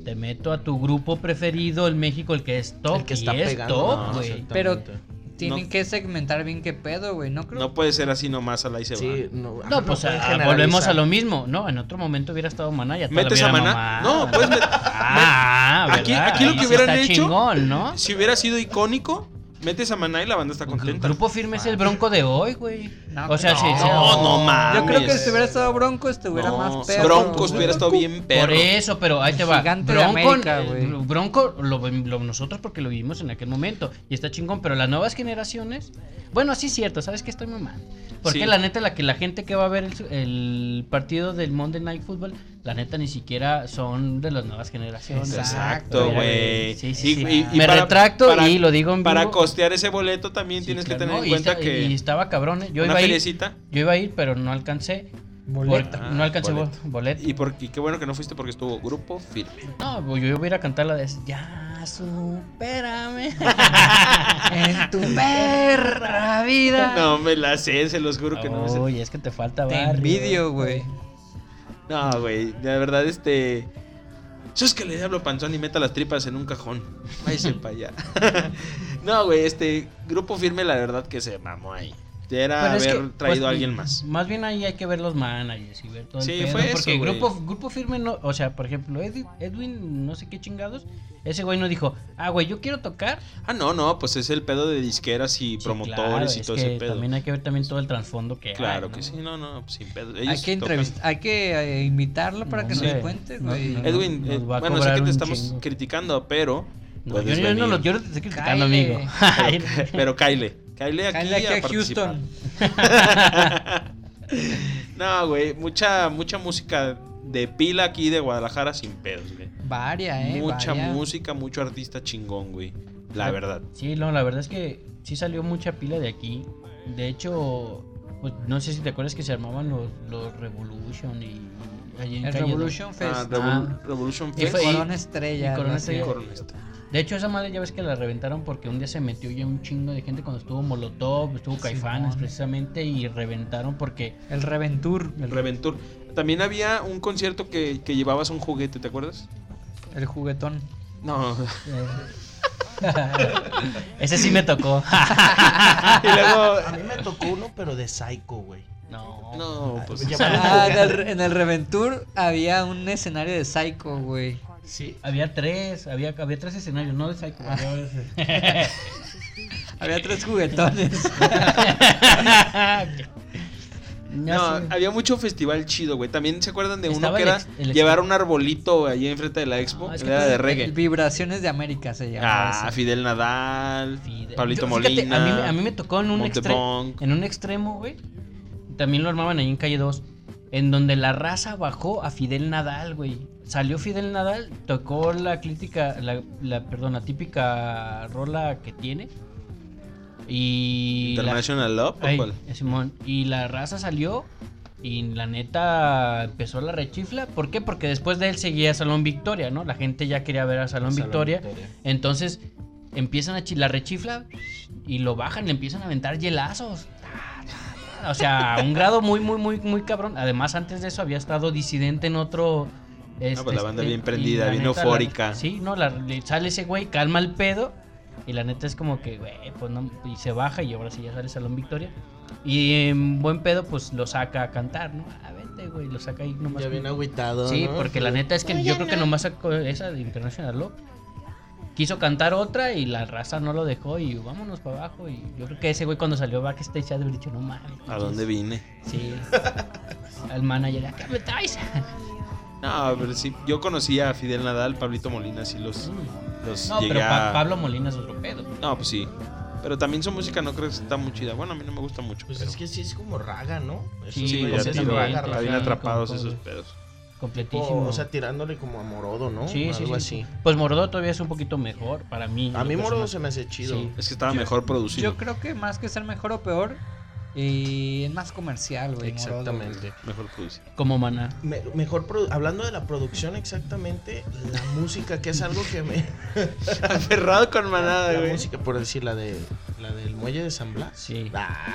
te meto a tu grupo preferido en México, el que es top.
El que
y
está
es
pegando.
top,
¿no?
güey.
Exactamente.
Pero- Tienen
no.
que segmentar bien qué pedo, güey. No creo.
No puede ser así nomás, a la y se
Sí, no, ajá,
No, pues
pueden
ah,
generalizar.
volvemos a lo mismo. No, en otro momento hubiera estado Maná. Ya te la
¿Metes
hubiera
a Maná?
mamado.
No, puedes met-
Ah,
Met- aquí-
¿verdad?
aquí lo
Ahí
que
sí
hubieran
está
hecho-
chingón, ¿no?
va. Si hubiera sido icónico, metes a Maná y la banda está
El
contenta.
grupo firme es el bronco de hoy, güey.
No,
o sea,
no,
sí, sí.
No, no mames.
Yo creo que si hubiera estado Broncos, estuviera
No,
más pedo.
Broncos
güey.
hubiera estado bien
Por
perro.
eso, pero ahí
El
te va.
gigante de
Bronco,
América,
eh,
güey.
Bronco lo, lo- nosotros porque lo vivimos en aquel momento. Y está chingón, pero las nuevas generaciones. Bueno, sí es cierto, sabes que estoy mamá. Porque
Sí.
la neta, la que la gente que va a ver el, su- el partido del Monday Night Football, la neta ni siquiera son de las nuevas generaciones.
Exacto,
Exacto, güey.
Sí, sí,
Y-
sí.
y- y
Me
para-
retracto
para-
y lo digo en vivo.
Para costear ese boleto también
Sí,
tienes
claro,
que tener
no,
en
y
cuenta
esta- y-
que
Y estaba cabrón, eh. yo
una
iba a ir,
feriecita.
yo iba a ir, pero no alcancé. por-
Boleta.
no alcancé bo-
boleto.
boleto.
Y, por, y qué bueno que no fuiste porque estuvo grupo firme.
No, güey, yo voy a ir a cantar la de Ya supérame.
Ah.
En tu perra vida.
No me la sé, se los juro que no me sé.
Oye, es que te falta
Te
barrio.
envidio, güey.
No, güey, la verdad, este. Eso es que le hablo panzón y meta las tripas en un cajón. Váyase para allá. no, güey, este grupo firme, la verdad que se mamó ahí. Era
Pero es
haber
que, pues,
traído a alguien más.
Más bien ahí hay que ver los managers y ver todo
Sí,
el pedo.
fue eso,
porque
güey.
grupo, grupo firme no, o sea, por ejemplo, Edwin, Edwin, no sé qué chingados, ese güey no dijo, ah, güey, yo quiero tocar.
Ah, no, no, pues es el pedo de disqueras y
Sí, claro,
promotores y
es
todo
que
ese pedo.
También hay que ver también todo el trasfondo que hay,
Claro
¿no?
que sí, no, no, pues, sin pedo.
Hay
Ellos
que,
tocan.
entrevist- hay que eh, invitarlo para
No,
que
hombre.
nos cuente,
No,
güey.
no, no.
Edwin,
Nos
eh,
va a
bueno, sé que
cobrar
te
un
estamos
chingo.
criticando, pero.
No, yo,
puedes
yo no
venir.
lo, yo no te estoy criticando,
Cáele.
amigo.
Pero- Pero Kyle, Kyle aquí,
Cállate
a
aquí a
participar.
Houston.
No, güey, mucha, mucha música de pila aquí de Guadalajara sin pedos, güey.
Varia, eh.
mucha
varia.
música, mucho artista chingón, güey. La
Pero-
verdad.
Sí, no, la verdad es que sí salió mucha pila de aquí. De hecho, pues, no sé si te acuerdas que se armaban los, los Revolution y, y allí en
El
Calle
Revolution
Ah,
Fest.
Revol- Revolution
pues, Y
Fest.
fue-
y
Corona Estrella.
y Corona
algo así.
Estrella.
Corona Estrella.
dos. De hecho, esa madre ya ves que la reventaron porque un día se metió ya un chingo de gente cuando estuvo Molotov, estuvo Caifanes
Simón.
precisamente y reventaron porque
El Reventur.
El Reventur. También había un concierto que, que llevabas un juguete, ¿te acuerdas?
El juguetón.
No.
Eh.
ese sí me tocó.
y luego.
A mí me tocó uno, pero de Psycho, güey.
no.
No, pues.
Llamaron
Ah, en
juguete.
el, en el Reventur había un escenario de Psycho, güey.
Sí.
Había tres, había, había tres escenarios, no de Psycho.
Ah, Había tres juguetones.
No, había mucho festival chido, güey. También se acuerdan de uno
Estaba
que
el
era
ex- el ex-
llevar un arbolito allí enfrente de la expo.
Ah, es que
era de
tú-
reggae.
Vibraciones de América se llamaba.
Ah,
ese.
Fidel Nadal,
Fidel.
Pablito
Yo, fíjate,
Molina.
a, mí, me- a mí me tocó en un, extremo,
Montepunk.
en un extremo, güey. También lo armaban ahí en calle 2. En donde la raza bajó a Fidel Nadal, güey. Salió Fidel Nadal, tocó la crítica, la, la- perdón, la típica rola que tiene. Y. la-
International Love, ¿o
Ay, eh,
cuál?
Simón. Y la raza salió y la neta empezó la rechifla. ¿Por qué? Porque después de él seguía Salón Victoria, ¿no? La gente ya quería ver a Salón, Victoria. Entonces empiezan a chi- la rechifla y lo bajan, le empiezan a aventar hielazos. O sea, a un grado muy, muy, muy, muy cabrón. Además, antes de eso había estado disidente en otro. este,
pues la banda
este,
bien
y
prendida,
la
bien
la-
eufórica.
sí, no, la- le sale ese güey, calma el pedo. Y la neta es como que, güey, pues no. Y se baja y ahora sí ya sale Salón Victoria. Y en buen pedo, pues lo saca a cantar, ¿no? A vente, güey, lo saca ahí nomás.
Ya
con-
bien agüitado.
Sí,
¿no?
porque la neta es que yo creo que nomás sacó esa de International Love. Quiso cantar otra y la raza no lo dejó y vámonos para abajo. Y yo creo que ese güey cuando salió backstage ya de dicho, no mames.
¿A dónde vine?
Sí. Al manager, acá me traes.
No, pero sí, yo conocí a Fidel Nadal, Pablito Molina, sí los, los
Mm. No,
llegué
pero Pa-
a-
Pablo Molina es otro pedo.
No, pues sí. Pero también su música no creo que está muy chida. Bueno, a mí no me gusta mucho.
Pues
pero-
es que sí es como raga, ¿no? Esos
Sí,
Sí,
güeyes
ya
es
tiro,
completamente,
raga,
está
raga,
bien
o sea,
atrapados
como-
esos pedos.
tipo,
Completísimo.
Oh, o sea, tirándole como a Morodo, ¿no?
sí, sí,
Algo
sí.
así.
Pues Morodo todavía es un poquito mejor para mí. en
A
lo
mí Morodo
personal.
se me hace chido.
Sí.
Es que estaba
Yo-
mejor producido.
Yo creo que más que ser mejor o peor, eh, es más comercial, güey. Morodo, güey.
Exactamente.
Mejor producido.
Como Maná.
Me- mejor produ- hablando de la producción exactamente, la música, que es algo que me...
Aferrado con manada,
la
güey.
música, por decir, la, de, la del muelle de San Blas.
Sí.
Ah,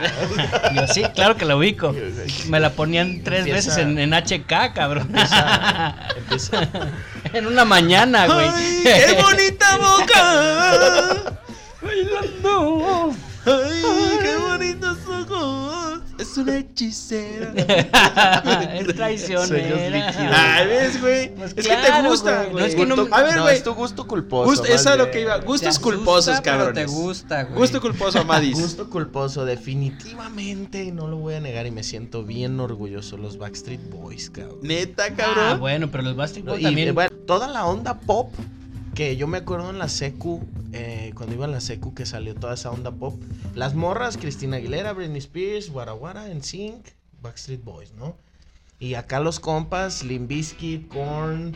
Yo sí, claro que la ubico.
güey.
Me la ponían tres
Empieza-
veces en, en HK, cabrón.
Empieza- empieza-
en una mañana, güey.
¡Ay, qué bonita boca!
Bailando.
¡Ay, qué bonitos ojos! Es una hechicera.
es
Sueños
traicionera.
líquidos.
Ah, ¿ves, güey?
Pues
es que te
claro,
gusta,
güey.
güey.
No, es que no-
Gusto- A ver,
no,
güey.
es tu gusto culposo.
gusto-
más
eso es lo
bien.
que iba.
Te
Gustos
asusta,
culposos,
pero
cabrones.
te gusta, güey.
Gusto culposo, Amadis.
Gusto culposo, definitivamente. No lo voy a negar y me siento bien orgulloso. Los Backstreet Boys, cabrón.
Neta,
Ah,
cabrón.
bueno, pero los Backstreet
No,
Boys
y,
también.
eh, bueno, toda la onda pop que yo me acuerdo en la secu, eh, cuando iba en la secu que salió toda esa onda pop. Las morras, Cristina Aguilera, Britney Spears, Guaraguara, NSYNC, Backstreet Boys, ¿no? Y acá los compas, Limbisky, Korn,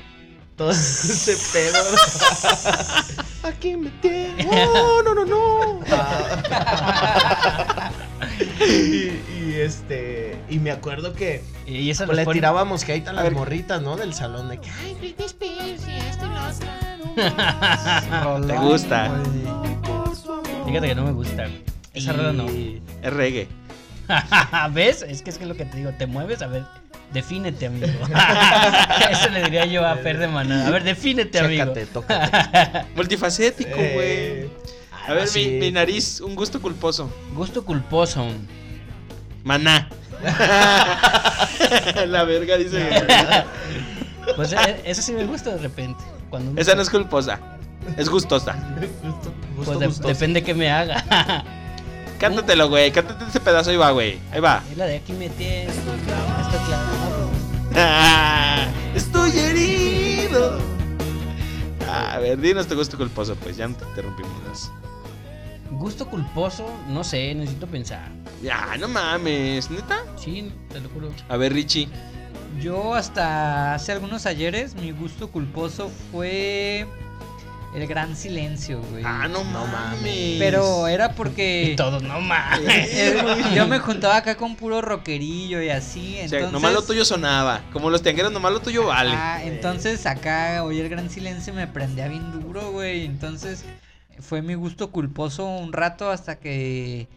todo ese pedo. Aquí me tiene. No, no, no, no. Ah. y, y este. Y me acuerdo que
y esas
pues
las
le
ponen-
tirábamos hate a
A
las
ver.
morritas, ¿no? Del salón de que.
Ay, Britney Spears y esto y lo otro.
Te gusta.
Fíjate que no me gusta. güey. Esa
Y-
rola no. Ah,
Es reggae.
¿Ves? Es que es que es lo que te digo, te mueves, a ver, defínete, amigo. Eso le diría yo a Fer de Maná. A ver, defínete, amigo.
Chécate, tócate.
Multifacético, güey.
Eh,
A ver,
así.
mi, mi nariz, un gusto culposo.
Gusto culposo.
Maná. la verga dice.
Pues eh, eso sí me gusta de repente. Cuando
Esa no es culposa. Es gustosa.
Gusto-
Pues
gusto
de-
gustoso.
depende que me haga.
Cántatelo, güey. Cántate ese pedazo. Ahí va, güey. Ahí va.
Es la de aquí me tienes. Está claro.
Estoy herido. A ver, dinos tu gusto culposo, pues. Ya no te interrumpimos más.
Gusto culposo, no sé, necesito pensar.
Ya, no mames. ¿Neta?
Sí, te lo juro.
A ver, Richie.
Yo hasta hace algunos ayeres mi gusto culposo fue el gran silencio, güey.
Ah, no,
No
mames.
mames.
Pero eh, era
Y
porque
todos, no mames.
eh, yo me juntaba acá con puro rockerillo y así,
O
entonces
sea, nomás lo tuyo sonaba. Como los tiangueros, nomás lo tuyo vale.
Ah, entonces acá oí el gran silencio y me prendía bien duro, güey. Entonces fue mi gusto culposo un rato hasta que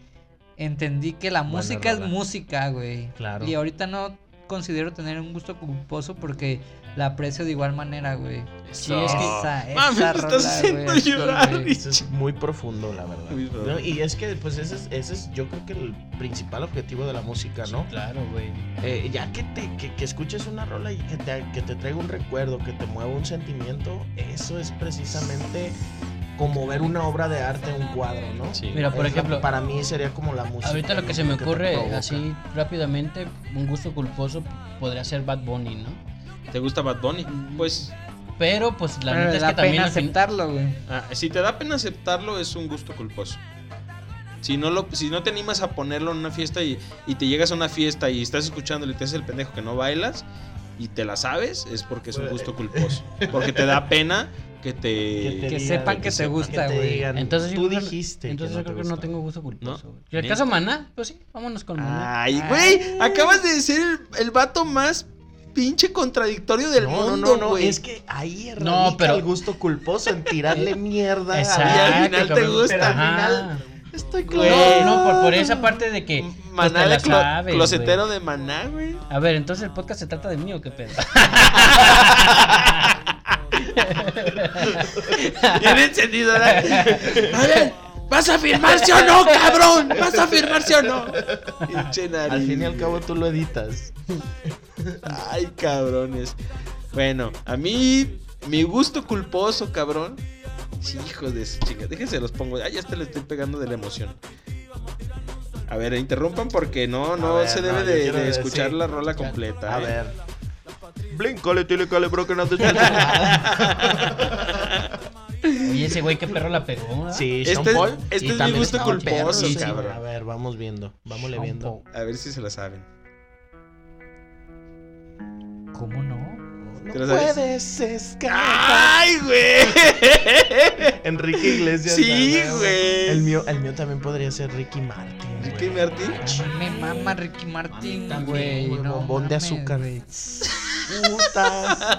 entendí que la
Buena
música es
rola.
música, güey.
Claro.
Y ahorita no considero tener un gusto culposo porque la aprecio de igual manera, güey.
Sí, es que-
Esa,
Mami, me
esa
estás
rola,
haciendo
güey, sí,
llorar,
güey.
Richie.
Eso es muy profundo, la verdad.
Muy profundo.
No, Y es que, pues, ese es, ese es, yo creo que el principal objetivo de la música, ¿no?
Claro, güey.
Eh, ya que, te, que, que escuches una rola y que te, que te traiga un recuerdo, que te mueva un sentimiento, eso es precisamente como ver una obra de arte, un cuadro, ¿no?
Sí.
Mira, por
Es la-
ejemplo,
para mí sería como la música.
Pues, Ahorita lo
¿no?
que se me
te
ocurre
provoca.
así rápidamente, un gusto culposo podría ser Bad Bunny, ¿no?
¿Te gusta Bad Bunny?
Mm.
Pues,
Pero pues la neta
Pero me
es
da
que también
pena
al fin-
aceptarlo, güey.
ah, si te da pena aceptarlo, es un gusto culposo. Si no, lo, si no te animas a ponerlo en una fiesta y, y te llegas a una fiesta y estás escuchándolo y te haces el pendejo que no bailas y te la sabes, es porque es un gusto culposo. Porque te da pena que
Que te
te...
Que
digan,
sepan que te
sepan,
gusta,
que te
güey.
digan,
Entonces yo
tú
creo-
dijiste.
Entonces yo creo que no tengo gusto culposo.
¿No?
güey. ¿Y el caso Maná? Pues sí, vámonos con Maná.
Ay, güey, acabas de ser el, el vato más pinche contradictorio del
No, no,
mundo,
no, no,
güey.
es que ahí radica
No, pero-
el gusto culposo en tirarle mierda. a-
Exacto,
Y al final te
cabrón.
gusta.
Pero al
Ajá.
final-
Estoy
Güey.
claro.
No, no, por, por esa parte de que. pues,
Maná
te
de
la
clo-
sabes,
closetero
güey.
de Maná, güey.
A ver, entonces el podcast se trata de mí o qué pedo.
Bien encendido, ¿verdad? A ver, ¿vas a firmarse o no, cabrón? ¿Vas a firmarse o no? Pinche nariz.
Al fin y al cabo tú lo editas.
Ay, cabrones. Bueno, a mí, mi gusto culposo, cabrón. Sí, hijos de su chica. Déjense los pongo. Ay, ya hasta le estoy pegando de la emoción. A ver, interrumpan porque no, no
ver,
se
no,
debe
yo
de,
quiero
de escuchar
decir-
la rola completa.
A
¿eh?
ver.
Blíncale, tílicale, bro, que no te
Oye, ese güey, qué perro la pegó. ¿verdad?
Sí,
Este
Sean
es-
Paul.
este
y
es mi
también
gusto
estaba el
culposo,
perro, sí,
cabrón.
A ver, vamos viendo. Vámosle
Sean
viendo.
Paul.
A ver si se la saben.
¿Cómo no?
No
¿Te la sabes?
puedes escapar.
¡Ay, güey!
Enrique Iglesias.
Sí,
nada,
El
güey.
mío, el mío también podría ser Ricky Martin. güey.
Ricky Martin.
A mí me mama Ricky Martin,
También,
güey.
güey,
No
bombón de
mames,
azúcar.
güey.
Putas.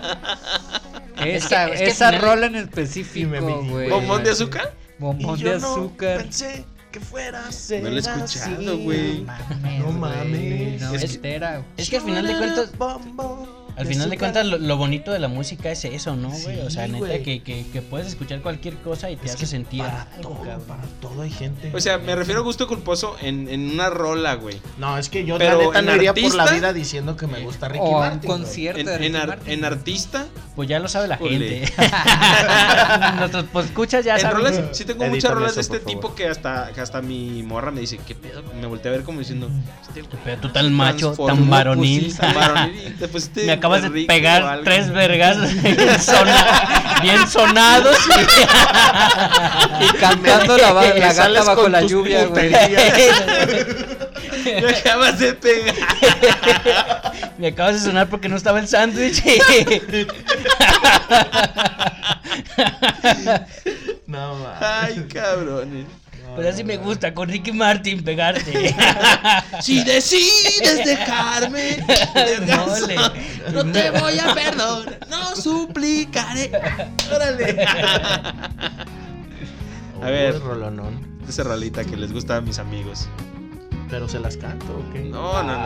Esa,
es que
esa
final-
rola en
Y me
específico,
amigué.
güey.
¿Bombón de azúcar?
Bombón
Y
de
yo no
azúcar.
pensé que fuera a ser
No lo he escuchado,
así.
güey.
mames,
No
güey,
mames.
No,
Es que-
entera, güey.
Es que al final de cuentas,
Bombón
al final de
azúcar.
cuentas, lo, lo bonito de la música es eso, ¿no, güey? o sea,
Sí,
neta,
güey.
que, que, que puedes escuchar cualquier cosa y te
Es
hace
que
sentir
para
algo,
todo,
cabrón.
para todo hay gente.
O sea, me refiero a gusto culposo en, en una rola, güey.
No, es que yo
Pero
la neta no
en
iría
artista-
por la vida diciendo que me gusta Ricky
O a un
Martin. güey.
concierto
En,
de Ricky
en ar-
Martin.
en artista,
Pues ya lo sabe la
Híjole.
gente. Nosotros, pues escuchas ya
en
saben.
rolas, sí tengo
Edítame
muchas rolas
eso,
de este
por favor.
tipo que hasta, que hasta mi morra me dice, ¿qué pedo? Me volteé a ver como diciendo, este güey
Pero tú tan macho, tan
transformó,
varonil.
pusiste- tan varonil, y te pusiste
Me acabas de
rico o
pegar
algo".
tres vergas bien, sona- bien sonados.
Y cantando la, ba-
Me
la gata
sales
bajo
con
la
tus
lluvia, güey.
Me acabas de pegar.
Me acabas de sonar porque no estaba el sándwich.
No, ma.
Ay, cabrones.
Pues así me gusta con Ricky Martin pegarte.
Si decides dejarme, vergazo,
Mole.
no te voy a perdonar, no suplicaré. Órale. A ver,
Uy, rolonón.
esa rolita que les gusta a mis amigos.
Pero se las canto, ¿ok? Ah,
No, no,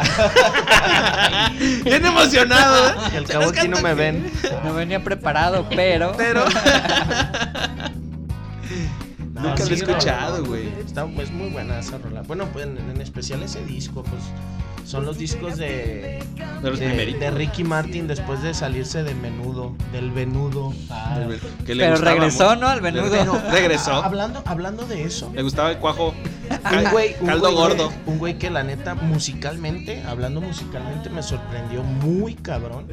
no. Bien emocionado, ¿eh?
Y al cabo aquí no me ven.
No venía preparado, pero.
Pero
No,
nunca lo
sí,
he escuchado,
rolonón.
güey.
Está pues muy buena esa rola. Bueno, pues en, en especial ese disco, pues son los discos de,
De los
de,
primeritos.
de Ricky Martin después de salirse de Menudo, del Venudo.
Ah, Que le
Pero
gustaba
regresó,
mucho.
¿no? Al menudo.
Pero regresó.
Ah, Hablando, hablando de eso,
Le gustaba el cuajo.
un
cal-
güey, un
caldo
güey
gordo.
que- un güey que la neta musicalmente, hablando musicalmente, me sorprendió muy cabrón.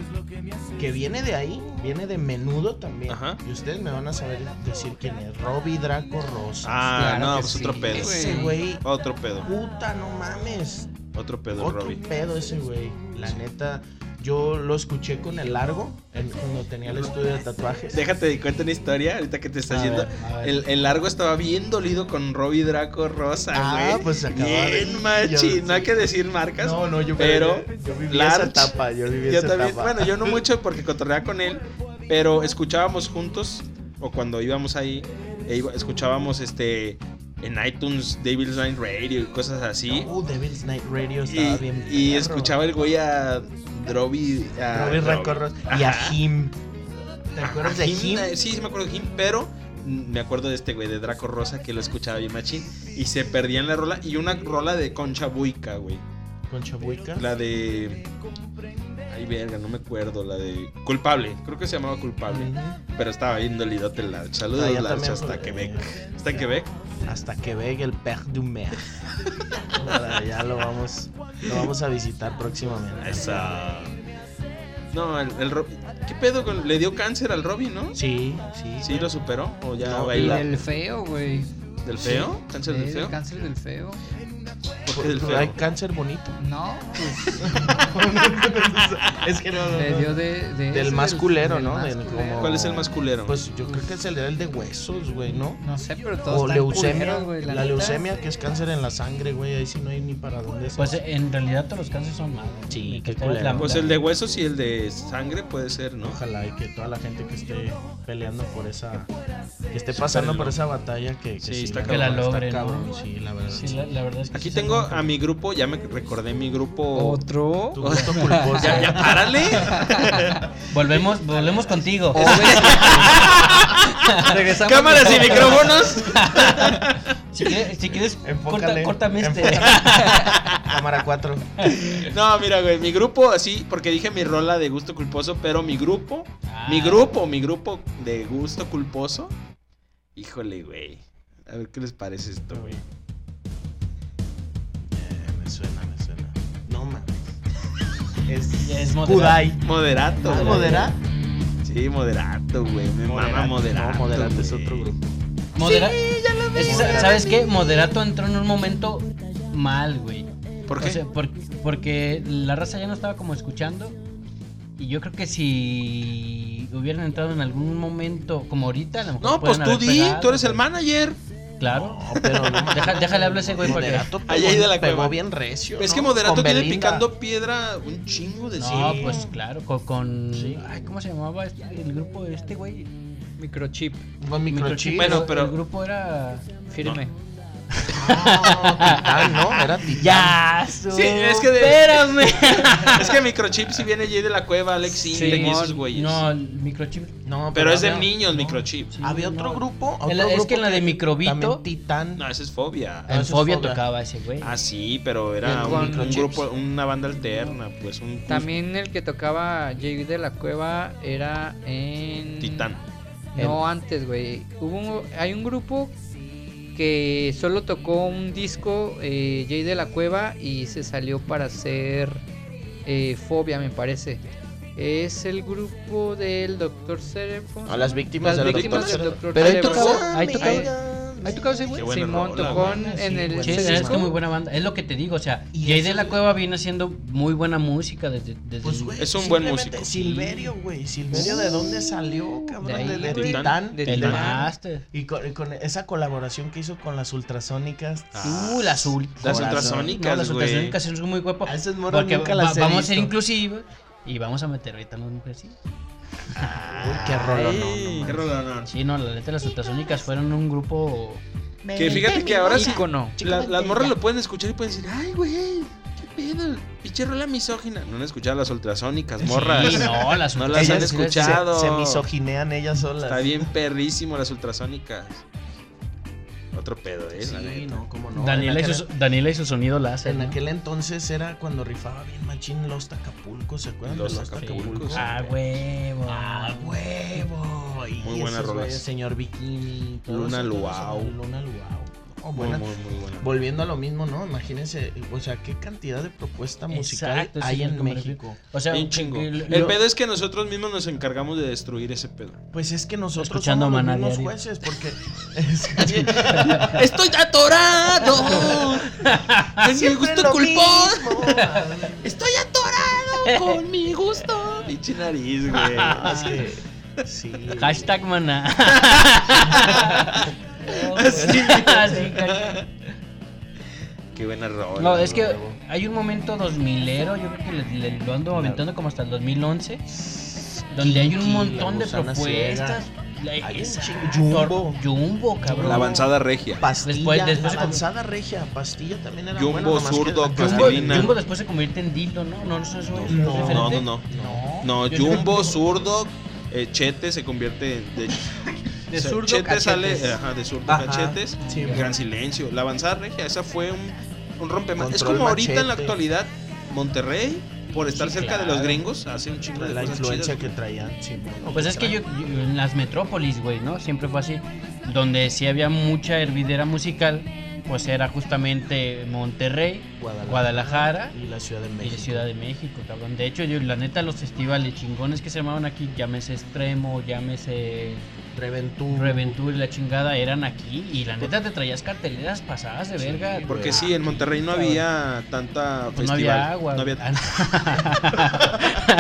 Que viene de ahí, viene de menudo también.
Ajá.
Y ustedes me van a saber decir quién es. Robbie Draco Rosa.
Ah, Oh.
Claro
no,
que
pues
sí,
otro pedo.
ese güey,
Otro pedo.
puta, no mames.
Otro pedo,
Otro
Robbie.
pedo ese güey. La neta, yo lo escuché con el largo en- cuando tenía el estudio de tatuajes.
Déjate de cuenta una historia ahorita que te estás
A
yendo.
ver, a ver.
El, el largo estaba bien dolido con Robbie Draco Rosa,
Ah,
güey.
pues se acaba de-
Bien machi.
yo-
No hay que decir marcas.
No, no, yo
pero
yo viví
Large,
esa etapa, yo viví
yo
esa
también,
etapa.
bueno, yo no mucho porque cotorreaba con él, pero escuchábamos juntos, o cuando íbamos ahí, e iba- escuchábamos este en iTunes Devil's Line Radio y cosas así.
Uh, Devil's Night Radio estaba
y
bien.
y
perro.
escuchaba el güey a Droby. A Droby.
Robbie Racorros y a Jim. ¿Te acuerdas
A
de
Jim,
Jim?
eh, Sí, sí me acuerdo de Jim, pero mm, me acuerdo de este güey de Draco Rosa que lo escuchaba bien machín y se perdía en la rola y una rola de Concha Buica, güey.
Con Chabuica.
La de Ay, verga, no me acuerdo, la de Culpable, creo que se llamaba Culpable,
Ujú.
pero estaba bien dolidote el Larch. Saludos
Ah, ya
Larch,
también,
hasta
porque-
Quebec. ¿Hasta Quebec?
Hasta que vegue el Père du Mer. Ahora ya lo vamos, lo vamos a visitar próximamente.
Esa. No, el, el Ro- ¿Qué pedo con le dio cáncer al Robin, no?
Sí, sí.
Sí lo superó o ya
No,
Y
baila
el feo, güey.
del feo, cáncer del
El
feo.
cáncer del feo.
¿Por qué del
Pero Hay
feo?
cáncer bonito.
No, pues
es que no, no,
le
no.
dio de. de
Del
ese,
más culero, ¿no?
más
Del
culero.
como-
¿Cuál es el más culero?
Pues yo creo que es el del de huesos, güey, ¿no?
No sé, pero todos.
O
están
leucemia.
culeros, güey,
la
neta.
leucemia, que es cáncer en la sangre, güey. Ahí sí no hay ni para dónde se
Pues en realidad todos los casos son malos.
Sí,
Me
qué
cae la-
culero.
Pues el de huesos y el de sangre puede ser, ¿no?
Ojalá y que toda la gente que esté peleando por esa. que esté pasando por esa batalla que, que
Sí, está
la
que la
verdad, está
logren,
cabrón,
¿no?
sí, la verdad.
Sí,
sí.
la, la verdad es que
Aquí
sí
tengo
son-
a mi grupo, ya me recordé mi grupo. Pues
Otro.
Tu gusto culposo.
Ya, ya, párale.
Volvemos, volvemos contigo.
O, güey, Regresamos.
Cámaras y micrófonos.
Si quieres, si quieres corta,
Enfócale,
córtame este.
Cámara 4.
No, mira, güey, mi grupo así, porque dije mi rola de gusto culposo, pero mi grupo, mi
Ah.
grupo, mi grupo de gusto culposo. Híjole, güey. A ver qué les parece esto, güey.
me suena, me suena. No mames. es,
Es moderado.
Kudai.
Moderato.
¿No
güey.
¿Modera?
Sí, moderato, güey. Me mama moderato.
No, moderato es
güey.
otro grupo.
Modera-
Ya lo
es que,
Moderato.
¿Sabes qué? Moderato entró en un momento mal, güey.
¿Por
O sea,
qué?
por- porque la raza ya no estaba como escuchando. Y yo creo que si hubieran entrado en algún momento, como ahorita, a lo mejor.
No, pues
pueden
tú
haber
di,
pegado,
tú eres el
güey.
manager.
Claro.
pero no
Deja- déjale hablar a ese güey para que.
Moderato
Ahí
pegó-
hay de la
pegó
cueva.
bien recio.
Es
¿no?
que moderato
Con
tiene
Belinda.
picando piedra un chingo de
No,
sí.
pues claro, co- con.
Sí.
Ay, ¿cómo se llamaba este- el grupo de este güey?
Microchip,
Con microchip.
Bueno,
el-
pero-
El grupo era.
firme.
Ah, Titán, ¿no? Era Titán.
¡Ya!
Sí, es que de-
¡Espérame!
Es que microchip si viene allí de la cueva, Alex Sintek y esos güeyes.
No, el microchip.
No,
pero es de
había-
niños
no.
microchip.
sí,
Había otro
no.
grupo.
En la-
otro
es
grupo
que en la de Microbito-
también Titán.
No, ese es fobia.
El
Eso es
Ah, fobia
fobia.
tocaba ese güey.
Ah, sí, pero era
Bien,
un,
con
un
chips.
grupo, una banda alterna, pues un
También el que tocaba Jay de la Cueva era en.
titán.
No, antes, güey. Hubo, hay un grupo que solo tocó un disco, eh, Jay de la Cueva, y se salió para hacer eh, Fobia, me parece. Es el grupo del Doctor Cerebro.
A las víctimas
Las
del Dr.
víctimas del
Cerebro.
Dr.
Pero ahí
Cerebro.
tocaba.
Ahí tocaba-
Ahí
tocaba ese
Qué buena
Simón
rola,
tocó
güey.
en el.
Pues Sí,
Sí,
ese
es
disco.
que muy buena banda. Es lo que te digo, o sea,
Y
Jay
eso-
de la Cueva viene haciendo muy buena música desde. desde
Pues,
el-
güey,
Es un buen
simplemente
músico.
Silverio, güey. Silverio, ¿de dónde salió, cabrón?
De
De,
ahí,
de
güey.
Titán.
De
el
Titán.
Master.
Y con, y con esa colaboración que hizo con las ultrasónicas.
Ah,
uh, las ul-
Las
corazón.
ultrasónicas,
No, las
güey.
ultrasónicas es muy guapo.
A esas morras
Porque
Ah, nunca
va-
las he
vamos a ser
visto.
inclusivos y vamos a meter ahorita más mujeres. sí.
Uy, qué rollo, no,
Qué rolonón.
Sí, no, la neta, las ultrasónicas fueron un grupo.
Que fíjate que ahora sí,
Ícono.
la- las morras lo pueden escuchar y pueden decir, ay, güey, qué pedo, pinche rola misógina. No han escuchado las ultrasónicas, morras.
Sí, no, las
No las han
ultrasónicas.
escuchado.
Se, se misoginean ellas solas.
Está bien perrísimo las ultrasónicas. Otro pedo, eh, la
Sí,
neta.
no, cómo no.
Daniela,
En
y
aquel-
su, Daniela y su sonido la hacen.
En
¿no?
aquel entonces era cuando rifaba bien machín Los Acapulco, ¿se acuerdan
Los
de Los
Acapulcos.
Acapulcos?
Ah, huevo.
¡Ah, huevo! Y
Muy buenas
esos
rolas.
güeyes, Señor Bikini. todo
Luna
eso, todo
Luau.
eso, Luna Luau. No,
Muy,
buena- Pues,
muy, muy buena.
Volviendo a lo mismo, ¿no? Imagínense, o sea, qué cantidad de propuesta musical
Exacto, eso
hay
es lo
en
que me refiero.
México.
O sea,
Bien chingo.
que-
El
lo-
pedo es que nosotros mismos nos encargamos de destruir ese pedo.
Pues es que nosotros
Escuchando
somos
Maná
los mismos
diario.
jueces, porque...
¡Estoy atorado! ¡Es mi
Siempre
gusto
lo
culposo!
mismo.
¡Estoy atorado con mi gusto! Pinche nariz, güey.
Es que- Sí.
Hashtag maná.
Así.
Así, casi.
Qué buena rola.
no, es que
huevo.
hay un momento 2000ero, yo creo que le- le- lo ando aventando como hasta el 2011, donde hay un
Kinky,
montón de
La Gusana
propuestas. La-
Hay un
esa-
chingo. Jumbo.
Jumbo, cabrón.
La avanzada regia.
Pastilla,
Después- después-
la avanzada regia, pastilla también era
Jumbo,
buena. nomás que
zurdo,
la-
Jumbo,
Plastilina.
Jumbo después se convierte en dildo, ¿no? No, no, eso es- eso es
No.
diferente.
No, no, no.
No.
No, Jumbo, zurdo, eh, chete se convierte en. De,
De
o sea,
zurdo
chete
cachetes.
sale. Ajá, de zurdo
Ajá,
cachetes.
sí,
el
güey.
gran silencio. La avanzada regia, esa fue un, un rompemás. Es
Control
como ahorita en la
machete.
actualidad, Monterrey, por estar
Sí,
cerca de
claro.
los gringos, hace un chingo de
La
cosas
influencia
chidas.
que traían. sí, bueno,
Pues es que yo, yo- en las metrópolis, güey, ¿no? Siempre fue así. Donde sí había mucha hervidera musical, pues era justamente Monterrey,
Guadalajara.
Guadalajara
Y la Ciudad de
y
México.
la Ciudad de México, cabrón. De hecho, yo, la neta, los festivales chingones que se llamaban aquí, llámese Extremo, llámese Uh.
Reventú.
Reventura y la chingada, eran aquí. Y la neta, te traías carteleras pasadas de verga.
Porque sí, en Monterrey no había tanta
Pues no
festival.
había agua.
No había-
Ah,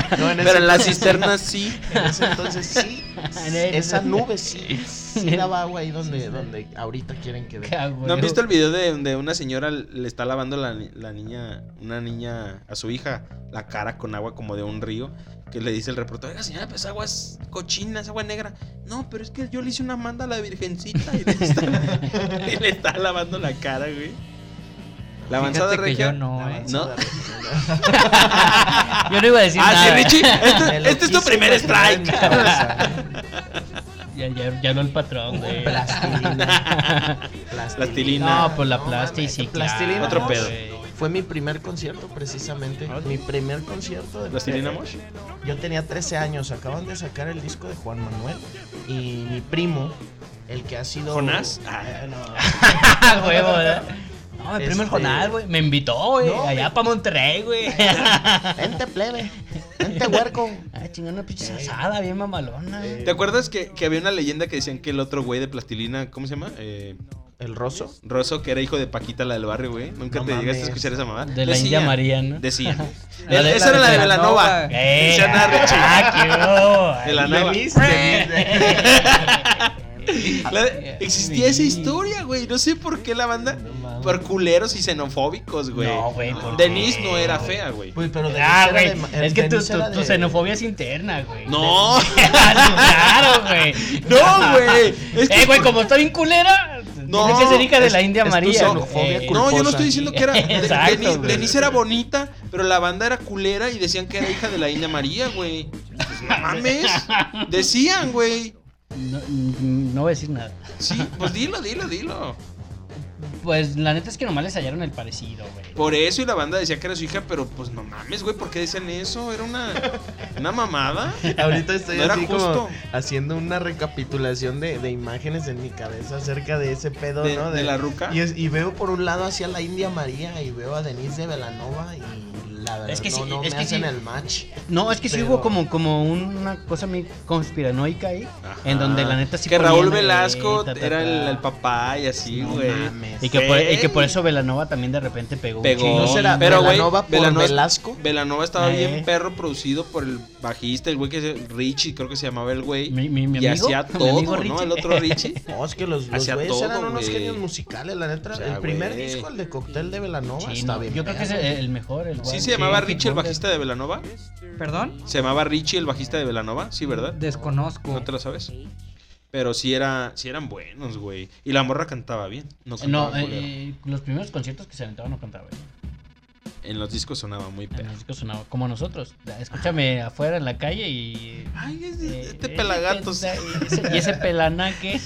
no.
No, en ese
Pero en las cisternas sí.
En ese entonces sí, esa nube sí, sí daba agua ahí donde, donde ahorita quieren que dé.
Cabrón.
¿No han visto el video de donde una señora le está lavando la, ni- la niña, una niña a su hija, la cara con agua como de un río? Que le dice el reportero, oiga señora, pues agua es cochina, es agua negra. No, pero es que yo le hice una manda a la virgencita y le está, y le está lavando la cara, güey. La avanzada
Fíjate que
regia.
yo no, eh.
¿No?
Yo no iba a decir
Ah, sí,
nada.
Richie,
Me lo
este, este es tu
quise
primer
imaginar en mi
strike.
cabeza.
Ya, ya, ya habló el patrón, güey.
Plastilina.
Plastilina.
No, pues la
No,
plasti,
mames,
sí,
plastilina,
claro,
Otro pedo.
güey.
Fue mi primer concierto, precisamente. Mi primer concierto. de-
¿Plastilina Mosh?
Yo tenía 13 años. Acaban de sacar el disco de Juan Manuel. Y mi primo, el que ha sido.
¿Jonás?
Ah, no.
Ah, huevo, ¿verdad? No, el primer
Este-
jornal, güey. Me invitó, güey.
No,
allá
me-
para Monterrey, güey.
Vente, plebe. Vente, huerco.
Ah, chingón, una pinche asada bien mamalona. güey.
¿Te acuerdas que, que había una leyenda que decían que el otro güey de plastilina, ¿cómo se llama? Eh,
¿El roso?
Rosso, que era hijo de Paquita, la del barrio, güey. Nunca
No
te llegaste
mames.
a escuchar esa mamá.
De la India María, ¿no?
Decían.
La de-
Esa era la de Velanova.
Velanova.
¡Eh!
Decían, "Ah, de chi-".
¡Ah, qué
De la
hubo!
nueva.
Ah.
La de-
Ay,
existía esa historia, güey. No sé por qué la banda. Por culeros y xenofóbicos, güey.
No, güey, ¿por qué?
Denise no era fea, güey.
Pues, pero Denise
Ah,
era
güey.
de ma- el
Es que tu,
Denise era
tu- tu
de-
xenofobia es interna, güey.
No,
claro, güey.
no, güey. Es que-
Eh, güey, como está bien culera,
No,
tiene que ser hija de
es-
la India
es tu
María.
xenofobia
güey. Eh,
No, yo no
culposa.
estoy diciendo que era. de-
Exacto,
Denise,
güey.
Denise era bonita, pero la banda era culera y decían que era hija de la India María, güey. No mames. Decían, güey.
No, no voy a decir nada.
Sí, pues dilo, dilo, dilo.
Pues la neta es que nomás les hallaron el parecido, güey.
Por eso y la banda decía que era su hija, pero pues no mames, güey, ¿por qué decían eso? Era una, una mamada.
Ahorita estoy
No era
así
justo.
como haciendo una recapitulación de, de imágenes en mi cabeza acerca de ese pedo,
De-
¿no?
de la ruca.
Y, es- y veo por un lado hacia la India María y veo a Denise de Velanova y la verdad
Es que
no,
sí,
no
es
me
que
hacen
sí.
el match.
No, es que sí
Pero-
hubo como, como una cosa muy conspiranoica ahí. En donde la neta sí
Que
ponían,
Raúl
eh,
Velasco
ta, ta,
era el,
ta.
el papá y así,
No
güey.
mames.
Y que, por, y que por
Güey.
eso Velanova también de repente pegó. un
Este, Pegó.
chingo.
¿No será
pero, güey,
Velanova por
Velanova-
Velasco?
Velanova estaba
Eh.
bien perro producido por el bajista, el güey que es Richie, creo que se llamaba el güey.
Mi- mi- mi
y
amigo,
hacía
mi
todo,
amigo
¿no?
Richie. Eh,
El otro Richie.
No, es que los, los
Hacía
güeyes
todo,
eran unos
güey.
genios musicales, la neta.
O sea,
el primer
güey.
disco, el de cóctel de Velanova,
Sí,
está
no,
bien.
yo creo que es
verga.
el, el mejor. El
Sí,
guay.
se llamaba
Richie
Richie, el
Wonder.
bajista de Velanova.
¿Perdón?
Se llamaba Richie, el bajista de Velanova, sí, ¿verdad?
Desconozco.
No te lo sabes. Pero sí, era, sí eran buenos, güey. Y la morra cantaba bien. No,
No,
cantaba culero.
eh, los primeros conciertos que se aventaban no cantaba. güey.
En los discos sonaba muy
En
perro.
los discos sonaba como nosotros. Escúchame afuera en la calle y.
Ay,
eh,
este, este
eh,
pelagatos.
ese- Y ese pelanaque.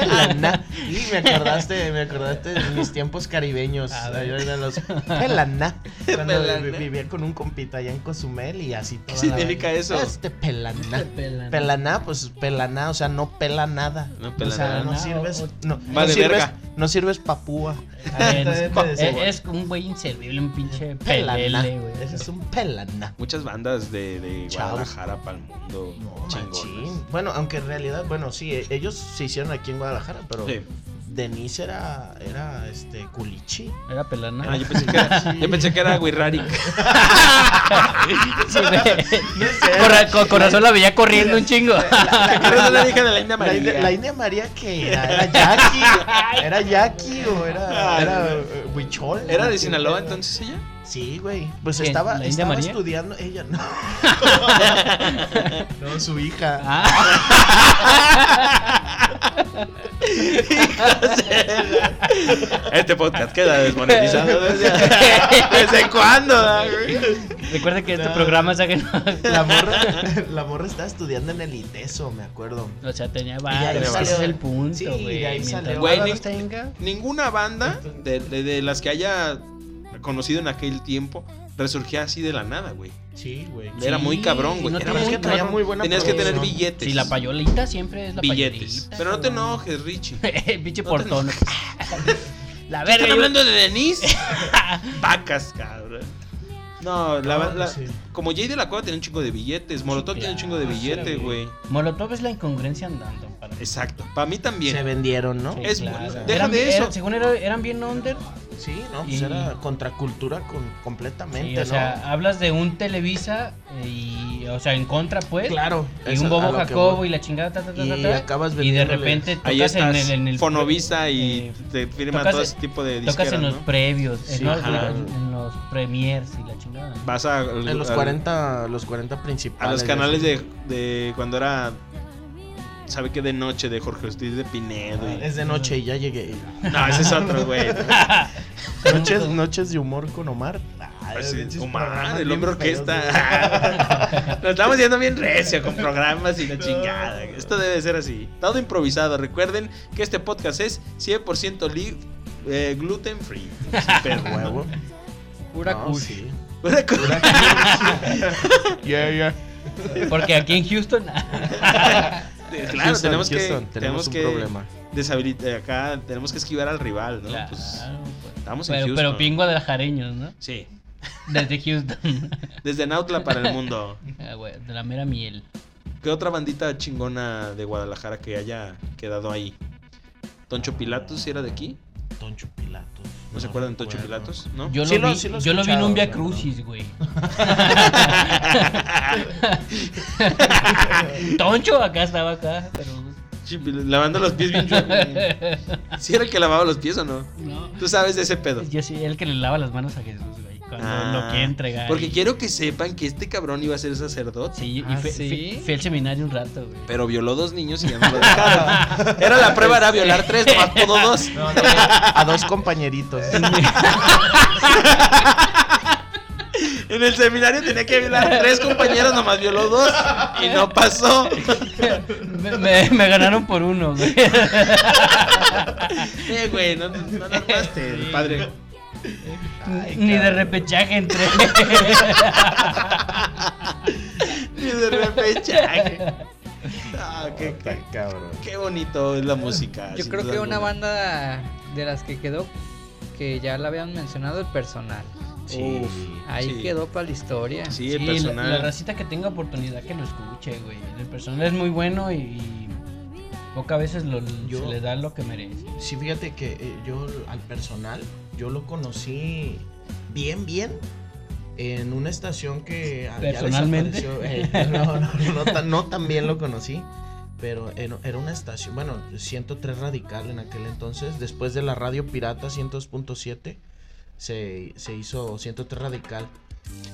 Pelana. Y me acordaste, me acordaste de mis tiempos caribeños.
A
Ahí
ver.
de los pelana. Cuando
Pelana.
vi- vivía con un compita allá en Cozumel y así
¿Qué
toda la-
significa eso?
Este pelana.
Pelana.
Pelana, pues pelana, o sea, no pela nada.
No
O
pela
sea,
nada.
no sirves, no, no
Vale,
sirves,
verga.
no sirves papúa.
A ver,
Todavía
co-
te decía,
eh,
güey.
es un güey inservible, un pinche
Pelana.
pelele, güey.
Ese es un pelana.
Muchas bandas de, de
Chavos.
Guadalajara para el mundo.
Machín.
Chingón.
Bueno, aunque en realidad, bueno, sí, e- ellos se hicieron aquí en Guadalajara, pero
Sí.
Denise era, era este, culichi.
Era pelana.
Ah, yo pensé que era, yo pensé que era Wirrari.
Sí, güey. Con ra- con- con razón la veía corriendo un chingo.
La cara de la hija de la India
La, India- la
María.
India María que era, era Jackie, era Jackie o era, era eh, Huichol.
¿Era de
¿Qué
Sinaloa
pedo?
entonces ella?
Sí, güey. Pues
¿Quién?
estaba,
¿La India
estaba
María?
estudiando ella, no. no, su hija.
Ah,
Este podcast queda desmonetizado. ¿Desde, ¿desde cuándo? da, güey?
recuerda que este programa es ajeno-
La morra, la morra estaba estudiando en el ITESO, me acuerdo.
O sea, tenía
Y de ahí
varios. Ese es
salió-
el punto,
Sí,
güey.
de ahí
Mientras
salió.
Güey,
barba
ni-
los tenga.
Ninguna banda de, de- de las que haya conocido en aquel tiempo resurgía así de la nada, güey.
Sí, güey.
Era
Sí,
muy cabrón, güey.
no
Era
tenías
muy
que traer
cabrón.
muy buena
Tenías que tener
producción.
billetes.
Sí, la payolita siempre es la
Billetes.
payolita.
Pero no te
güey.
enojes, Richie.
El pinche
No te
portón. La verga.
¿Están
yo-
hablando de Denise? Vacas, cabrón. No, la,
No,
la-
sí.
como Jay de la Cueva tiene un chingo de billetes, Molotov tiene un chingo de
claro,
billetes, güey.
Molotov es la incongruencia andando. Para mí.
Exacto, para mí
Se
también.
vendieron, ¿no?
Sí,
es- deja
Eran-
de eso.
eran- según era- eran bien under.
Sí, no, pues
Y-
era contracultura con, completamente,
Sí,
¿no?
o sea, hablas de un Televisa eh, y, o sea, en contra, pues.
claro.
Y
eso
un
a
Bobo
lo que
Jacobo
voy.
y la chingada, ta, ta, ta,
Y
ta, ta,
acabas
y de
vendiéndole-
repente tocas
Ahí estás,
en el. En el
Fonovisa y
eh,
te firma
tocas-
todo ese tipo de
Tocas
disqueras,
en los
¿no?
previos,
Sí,
en, los-
ajá.
en los premiers y la chingada. ¿no?
Vas a,
En los
al-
40, los 40
a
principales.
los canales
eso.
de, de cuando era sabe qué de noche de Jorge Ortiz de Pinedo. y-
Es de noche y ya llegué.
Ah,
No, ese es otro, güey.
Noches, noches de humor con Omar. Ah,
Pues,
pinches
Omar,
programas
el
bien
hombre
feos,
orquesta. Nos estamos yendo bien recio con programas y la chingada. Esto debe ser así. Todo improvisado. Recuerden que este podcast es 100% li- eh, gluten free. Sin pedo.
güey. Huevo.
Pura
No,
cush.
sí.
Una co-
Yeah, yeah.
Porque aquí en Houston.
Claro,
Houston,
tenemos que,
Houston,
tenemos
un
que
problema.
deshabilitar. Acá tenemos que esquivar al rival, ¿no?
Claro,
Pues,
pues.
estamos en
pero,
Houston.
pero bien guadalajareños, ¿no?
Sí,
Desde Houston.
desde Nautla para el mundo.
Ah, güey, de la mera miel.
¿Qué otra bandita chingona de Guadalajara que haya quedado ahí? Toncho Pilatos, si era de aquí.
Toncho Pilatos.
¿No, se acuerdan de Toncho
recuerdo.
Pilatos? ¿No?
Yo lo,
Sí lo-
vi,
sí lo he
yo lo vi en
escuchado,
un Via
pero
Crucis, güey. Toncho acá estaba acá, pero
Chipil- Lavando los pies bien chueco. güey. ¿Sí era el que lavaba los pies o no?
no.
Tú sabes de ese pedo.
Yo soy el que le lava las manos a Jesús, güey. Cuando
Ah,
lo quiere entregar.
Porque
y-
quiero que sepan que este cabrón iba a ser sacerdote.
Sí, y
Ah,
fue,
¿sí?
fue- fue al seminario un rato, güey.
Pero violó dos niños y ya no lo dejaron. Era la prueba, era violar tres, nomás pudo dos.
No, no, a dos compañeritos.
En el seminario tenía que violar a tres compañeros, nomás violó dos. Y no pasó.
me, me- me ganaron por uno, güey.
Eh, güey, no, no, no la armaste,
Sí.
padre.
Ni de repechaje entré.
Y de repechaje. Ah, qué, qué,
Está cabrón.
qué bonito es la música.
Yo
sin
creo
duda
que una
alguna.
banda de las que quedó, que ya la habían mencionado, el personal.
Sí.
Ahí
sí.
quedó para la historia.
Sí, el
Sí, la-
personal.
La, racita que tenga oportunidad que lo escuche, güey. El personal es muy bueno y, y pocas veces lo,
Yo-
se le da lo que merece.
Sí, fíjate que eh, yo al personal, yo lo conocí bien, bien. En una estación que ah, ya
Personalmente.
desapareció, eh, no, no, no, no tan, no tan bien lo conocí. Pero era era una estación, bueno, 103 Radical en aquel entonces. Después de la radio pirata 102.7, se, se hizo 103 Radical.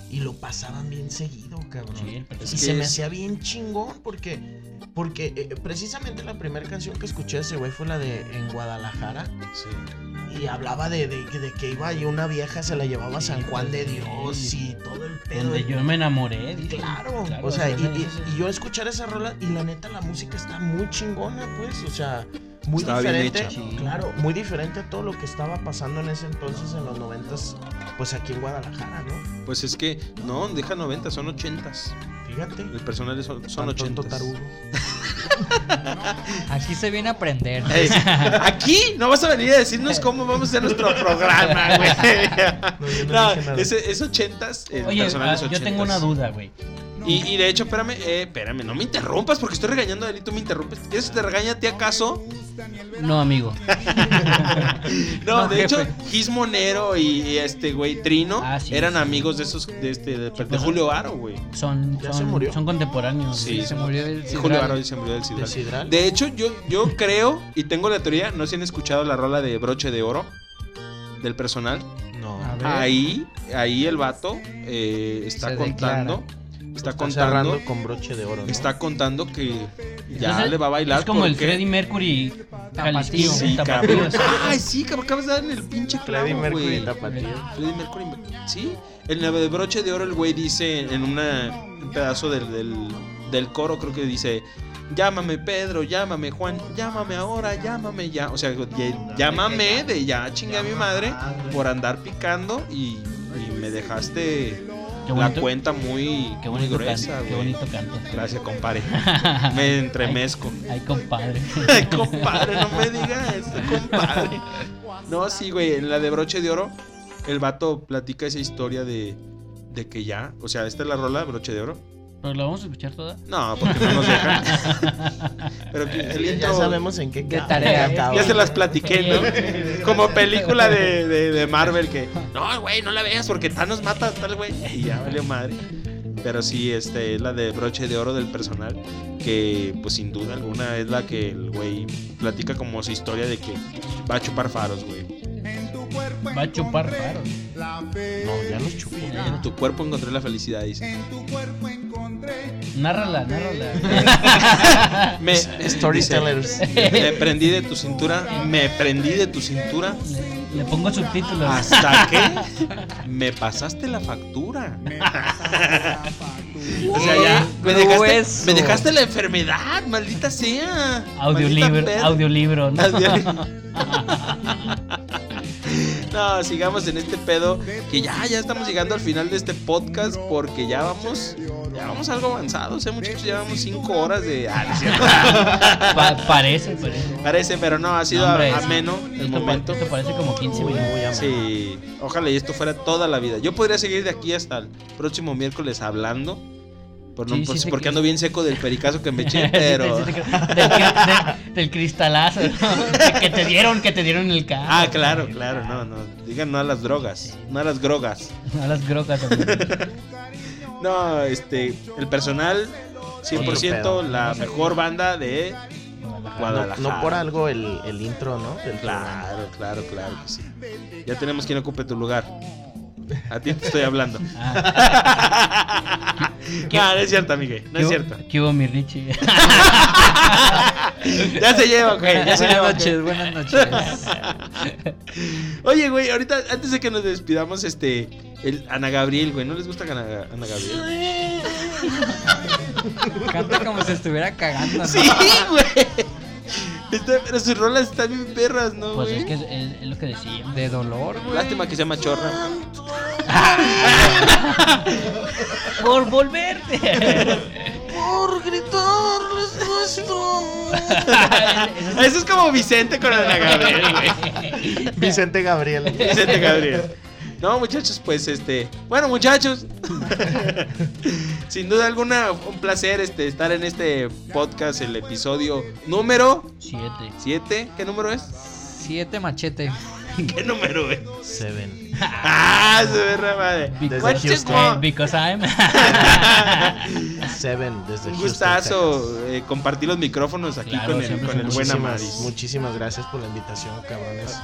Y lo pasaban bien seguido, cabrón.
Sí, el personal.
Y
Es
se
que
me
es-
hacía bien chingón porque, porque eh, precisamente la primera canción que escuché de ese güey fue la de En Guadalajara
Sí.
y hablaba de, de, que- de que iba y una vieja se la llevaba a San Juan de Dios y todo el pedo.
Donde yo me enamoré. dice.
Claro,
Claro,
o sea, y,
esa-
y-
esa-
y yo escuchar esa rola y la neta la música está muy chingona, pues, o sea, muy
Estaba bien
diferente,
hecha.
Sí.
claro, muy diferente a todo lo que estaba pasando en ese entonces en los noventas, pues aquí en Guadalajara, ¿no?
Pues es que, no, deja 90, son 80.
Fíjate.
El personal es- Pues, son,
tan tonto
80.
tarugo.
Aquí se viene a aprender.
Aquí no vas a venir a decirnos cómo vamos a hacer nuestro programa, güey.
No, yo no
No,
dije nada.
ese- es 80s, el
Oye,
personal
ah,
es 80.
yo tengo una duda, güey.
Y, y de hecho, espérame, eh, espérame, no me interrumpas porque estoy regañando a él y tú me interrumpes. ¿Quieres que te regañe a ti acaso?
No, amigo.
No,
No,
de
jefe.
hecho, Gis Monero y, y este güey Trino
Ah, sí,
eran
sí.
amigos de esos, de este, de, de
pues,
Julio Aro, güey.
Son,
¿Ya
son,
se murió?
son contemporáneos.
Sí,
güey.
se murió el
Sí,
sidral.
Julio Aro y se murió del
¿De
sidral.
Sidral?
De hecho, yo, yo creo y tengo la teoría, no sé si han escuchado la rola de broche de oro del personal.
No.
Ah,
A ver.
Ahí, ahí el vato eh, está
Se
contando, está
Está
contando,
cerrando con broche de oro. ¿no?
está contando que ya
Entonces,
le va a bailar.
Pues Es como el
porque-
Freddie Mercury
Tapatío.
jalisquillo,
Sí,
tapatío,
cabrón.
sí.
Ay, sí, cabrón, acabas de dar en el pinche clavo,
Freddie Mercury
güey.
y Tapatío.
Freddie Mercury, sí. En la de broche de oro el güey dice en una, un pedazo del, del, del coro, creo que dice, llámame Pedro, llámame Juan, llámame ahora, llámame ya. O sea, ya- llámame de ya chingue a mi madre por andar picando y, y me dejaste
Qué
la
bonito,
cuenta muy,
qué
muy
bonito
gruesa,
canto. Qué
güey.
bonito canto.
Gracias, compadre. Me entremezco.
Ay, compadre.
Ay, compadre, no me digas, compadre. No, sí, güey, en la de broche de oro, el vato platica esa historia de, de que ya, o sea, esta es la rola de broche de oro.
¿Pero la vamos a escuchar toda?
No, porque no nos dejan. Pero que el
Ya
intro-
sabemos en qué, ca-
tarea.
acaba.
ya se las platiqué, ¿no? Como película de, de- de Marvel que, no, güey, no la veas porque Thanos mata a tal güey. Y ya valió madre. Pero sí, este, es la de broche de oro del personal, que pues sin duda alguna es la que el güey platica como su historia de que va a chupar faros, güey.
Va a chupar raro.
No, ya los chupó.
En tu cuerpo encontré la felicidad, dice.
Nárrala, nárrala.
Me,
Storytellers.
dice, me prendí de tu cintura, me prendí de tu cintura,
Le, le pongo subtítulos.
hasta que me pasaste la factura. O sea, ya me dejaste,
Grueso.
me dejaste la enfermedad, maldita sea. Pues
Audiolibro,
Maldita perra.
audiolibro, ¿no?
Audiolibro. No, sigamos en este pedo. Que ya, ya estamos llegando al final de este podcast. Porque ya vamos. Ya vamos algo avanzados, ¿eh, muchachos? Ya vamos cinco horas de. Ah, no es cierto.
Pa- parece, parece.
Parece, pero no, ha sido
No, hombre,
ameno el
esto, pa-
momento.
esto parece como 15 minutos.
Sí, ojalá y esto fuera toda la vida. Yo podría seguir de aquí hasta el próximo miércoles hablando. Por no-
Sí, sí
por-
te
porque
creo.
ando bien seco del pericazo que me eché,
Sí, te-
pero.
sí te creo. del, cri- de- del cristalazo ¿no? Que- que te dieron, que te dieron el carro.
Ah, claro, claro, no, no. Digan no a las drogas, no a las drogas.
A las grocas también.
No, este, el personal, 100%
Otro pedo.
la mejor banda de
No,
Guadalajara.
no por algo el, el intro, ¿no? Del programa.
Claro, claro, claro que sí. Ya tenemos quien ocupe tu lugar. A ti te estoy hablando.
Ah,
No, no es cierto, Miguel, no
¿qué
es
hubo-
cierto.
¿Qué hubo, mi Richie?
Ya se lleva, güey, ya se
buenas
lleva. güey.
noches, buenas noches.
Oye, güey, ahorita, antes de que nos despidamos, este. El Ana Gabriel, güey, ¿no les gusta Ana, Ana Gabriel?
Canta como si estuviera cagando. ¿no?
Sí, güey. Está- pero sus rolas están bien perras, ¿no,
Pues
güey?
es que es, es- es lo que decíamos.
De dolor, güey.
Lástima que se llama Chorra.
Por volverte.
Eso es como Vicente con Ana Gabriel, güey.
Vicente Gabriel.
Vicente Gabriel. No, muchachos, pues este. Bueno, muchachos. Sin duda alguna, un placer este, estar en este podcast, el episodio número
Siete.
7. ¿Qué número es?
Siete machete.
¿Qué número es?
Seven.
¡Ah! Se ve re madre.
Desde
Guache,
Houston.
guau.
Eh, because I'm.
Seven desde
Un
Houston, Texas.
gustazo eh, compartir los micrófonos aquí
Claro,
con el,
siempre
con
es
el
un
buen
gusto.
Amaris.
Muchísimas, muchísimas gracias por la invitación, cabrones.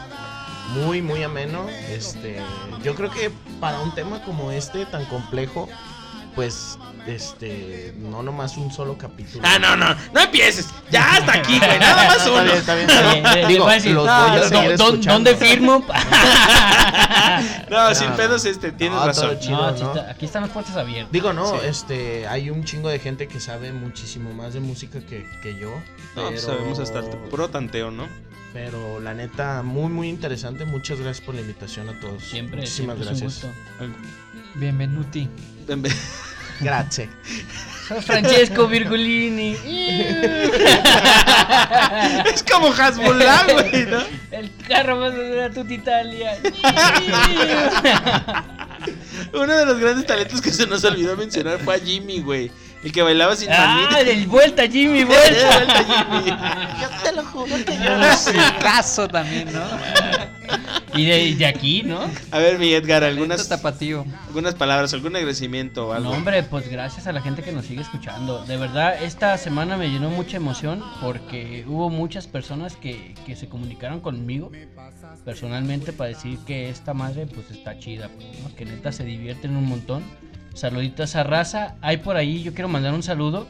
Muy, muy ameno. Este, yo creo que para un tema como este, tan complejo, pues, este, no nomás un solo capítulo.
Ah, no, no, no empieces. Ya hasta aquí, güey. Nada más
Está bien,
uno.
está bien.
Eh, eh,
Digo,
les voy a decir,
los
no,
voy a
no,
seguir
¿dó-
escuchando.
¿Dónde firmo?
No,
No,
sin
no.
pedos, este, tienes
No, todo
razón.
chido,
no,
¿no?
sí está- aquí están las puertas abiertas.
Digo, no,
Sí.
este, hay un chingo de gente que sabe muchísimo más de música que, que yo.
No, pues sabemos hasta el puro tanteo, ¿no?
Pero la neta, muy, muy interesante. Muchas gracias por la invitación a todos.
Siempre,
Muchísimas
siempre es un
gracias.
gusto.
Bienvenuti.
En vez-
Gracias.
Soy Francesco Virgulini.
Es como Hasbullah, güey, ¿no?
El carro más de la tuta Italia.
Uno de los grandes talentos que se nos olvidó mencionar fue a Jimmy, güey. El que bailaba sin
ah,
manita.
del vuelta Jimmy,
De
vuelta.
vuelta, Jimmy.
Yo te lo juro que yo no sé.
Musicazo también, ¿no?
Y de, y de aquí, ¿no?
A ver, mi Edgar,
Algunas...
algunas,
tapatío.
algunas palabras, algún agradecimiento o
No,
algo.
hombre, pues gracias a la gente que nos sigue escuchando. De verdad, esta semana me llenó mucha emoción porque hubo muchas personas que, que se comunicaron conmigo personalmente para decir que esta madre pues está chida, pues, ¿no? que neta se divierten un montón. Saludito a esa raza. Hay por ahí, yo quiero mandar un saludo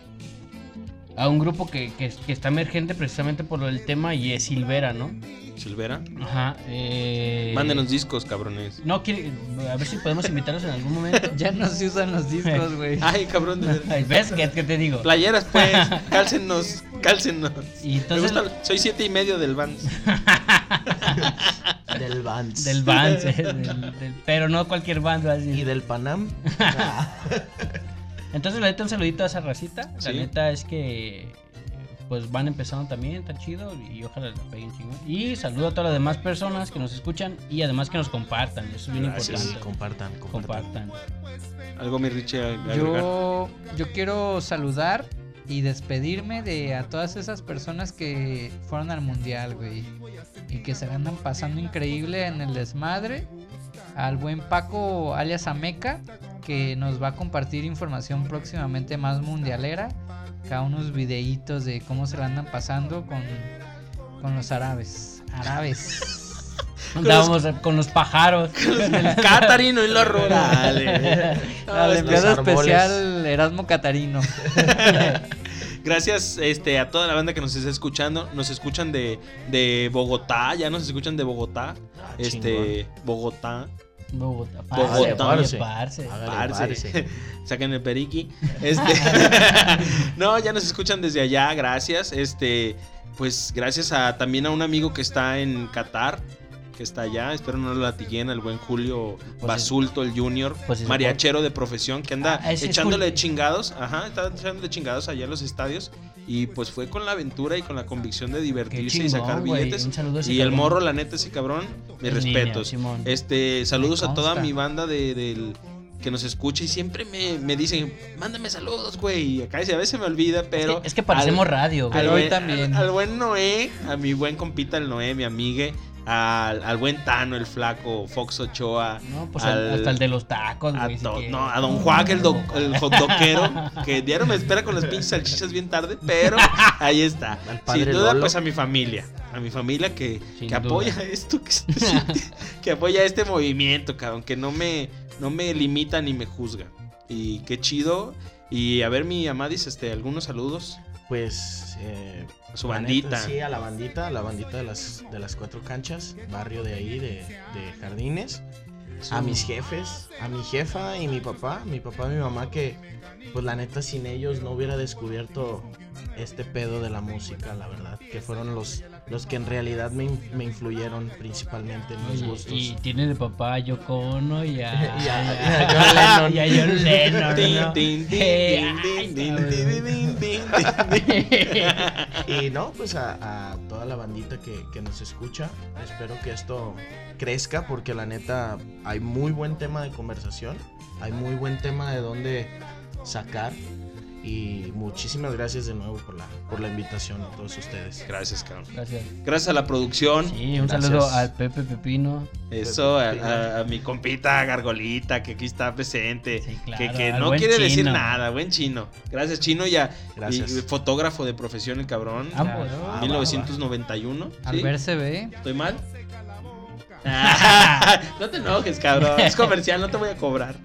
a un grupo que, que- que está emergente precisamente por el tema y es Silvera, ¿no?
Silvera.
Ajá. Eh...
Mándenos discos, cabrones.
No, quiere- a ver si podemos invitarlos en algún momento.
Ya no se usan los discos, güey.
Ay, cabrón. de verdad.
Ay, ¿Ves? ¿Qué, qué te digo?
Playeras, pues. Cálcenos. Cálcenos.
Y
Me
entonces
gusta, soy siete y medio del band.
Del Vans.
del Vance, del- del- pero no cualquier bando
Y
así.
del Panam. Ah,
Entonces le neta un saludito a esa racita. La
Sí.
neta es que pues van empezando también, está chido y ojalá les peguen chingón. Y saludo a todas las demás personas que nos escuchan y además que nos compartan, eso es bien
Gracias.
Sí,
importante.
compartan, compartan.
Compartan.
Algo mi Richie a- a agregar.
Yo, yo quiero saludar y despedirme de a todas esas personas que fueron al mundial, güey. Y que se la andan pasando increíble en el desmadre. Al buen Paco alias Ameca, que nos va a compartir información próximamente más mundialera. Acá unos videitos de cómo se la andan pasando con, con los árabes. Árabes.
Andábamos con los pájaros.
El Catarino y los rurales. No,
Al
estos
enviado
árboles.
especial Erasmo Catarino.
Gracias este, a toda la banda que nos está escuchando. Nos escuchan de, de Bogotá, ya nos escuchan de Bogotá.
Ah,
este, Bogotá.
Bogotá, parce,
Bogotá.
oye, parce.
chingón. Hágale,
Parce.
parce.
Saquen el periqui. Este, no, ya nos escuchan desde allá, gracias. Este, pues gracias a también a un amigo que está en Qatar. que está allá. Espero no lo latiguen al buen Julio
es-
Basulto, el Junior,
pues es-
mariachero de profesión, que anda
Ah, ese es
echándole
Julio.
chingados. Ajá, está echándole chingados allá en los estadios. Y pues fue con la aventura y con la convicción de
Qué
divertirse y
chingón,
sacar
güey.
billetes.
Un saludo a ese
Y el
cabrón.
morro, la neta, ese cabrón, mis
Es niño,
respetos.
Simón.
Este, saludos
Me
a toda
consta.
mi banda de, del- que nos escucha y siempre me, me dicen, mándame saludos, güey. Y acá a veces me olvida, pero.
es que, es que parecemos
al-
radio, güey.
al
Hoy
buen,
también.
Al, al buen Noé, a mi buen compita el Noé, mi amigue, al, al buen Tano, el flaco, Fox Ochoa.
No, pues al-
al-
hasta el de los tacos,
A,
güey. si
do-
quieres.
no, a Don Juan, el, do- el hotdoquero, que diario me espera con las pinches salchichas bien tarde, pero ahí está.
Al padre
Sin duda,
Lolo.
pues a mi familia. A mi familia que,
Sin
que
duda.
apoya esto, que, que apoya este movimiento, cabrón, que no me, no me limita ni me juzga. Y qué chido. Y a ver, mi Amadis, este, algunos saludos
Pues. eh,
a su
la neta,
bandita.
sí, a la bandita, a la bandita de las, de las cuatro canchas, barrio de ahí, de, de jardines. A mis jefes, a mi jefa y mi papá, mi papá y mi mamá, que pues la neta sin ellos no hubiera descubierto este pedo de la música, la verdad, que fueron los, los que en realidad me, in- me influyeron principalmente en mis
Oye,
gustos.
y tiene de papá a Yoko Ono y a,
Y a- y a John Lennon.
y a John Lennon,
Tin,
¿no?
tin, tin,
Eh,
tin,
ay,
tin,
cabrón.
tin, tin, tin, tin, tin.
Y no, pues a, a toda la bandita que, que nos escucha, espero que esto crezca porque la neta hay muy buen tema de conversación, hay muy buen tema de dónde sacar y muchísimas gracias de nuevo por la, por la invitación a todos ustedes.
Gracias, cabrón.
Gracias.
Gracias a la producción.
Sí, un
Gracias.
saludo al Pepe Pepino.
Eso, a, a- a mi compita Gargolita, que aquí está presente.
Sí, claro,
que que
al
no
buen
quiere decir
chino.
nada, buen chino. Gracias, chino, y a-
Gracias.
y fotógrafo de profesión, el cabrón.
Ambos.
Ah,
Claro.
1991. ¿sí?
Al verse ve.
¿Estoy mal? no te enojes, cabrón. Es comercial, no te voy a cobrar.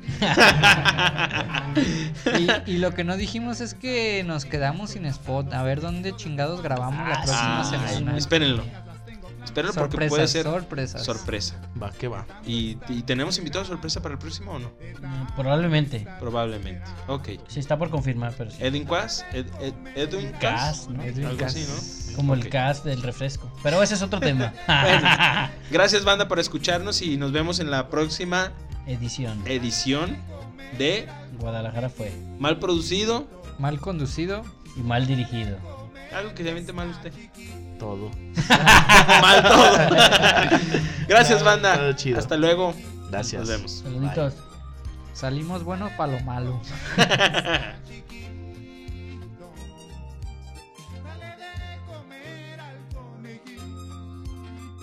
Y, y lo que no dijimos es que nos quedamos sin spot. A ver dónde chingados grabamos la próxima
Ah,
semana.
espérenlo. Espérenlo porque
Sorpresas,
puede ser
sorpresas.
sorpresa.
Va, que va.
¿Y, y tenemos invitado sorpresa para el próximo o no?
Mm, Probablemente.
Probablemente. Ok.
Sí, está por confirmar, pero sí.
Edwin Quas, Ed- Ed- Edwin Quas.
Cas, ¿no?
Edwin
Algo
Cas.
así, ¿no?
Como
Ok.
el cas del refresco. Pero ese es otro tema.
Gracias, banda, por escucharnos y nos vemos en la próxima
Edición.
edición de
Guadalajara fue.
Mal Producido.
Mal conducido.
Y mal dirigido.
Algo que se aviente mal usted.
Todo.
mal todo. Gracias, banda.
Todo chido.
Hasta luego.
Gracias.
Nos vemos.
Saluditos.
Salimos bueno para lo malo.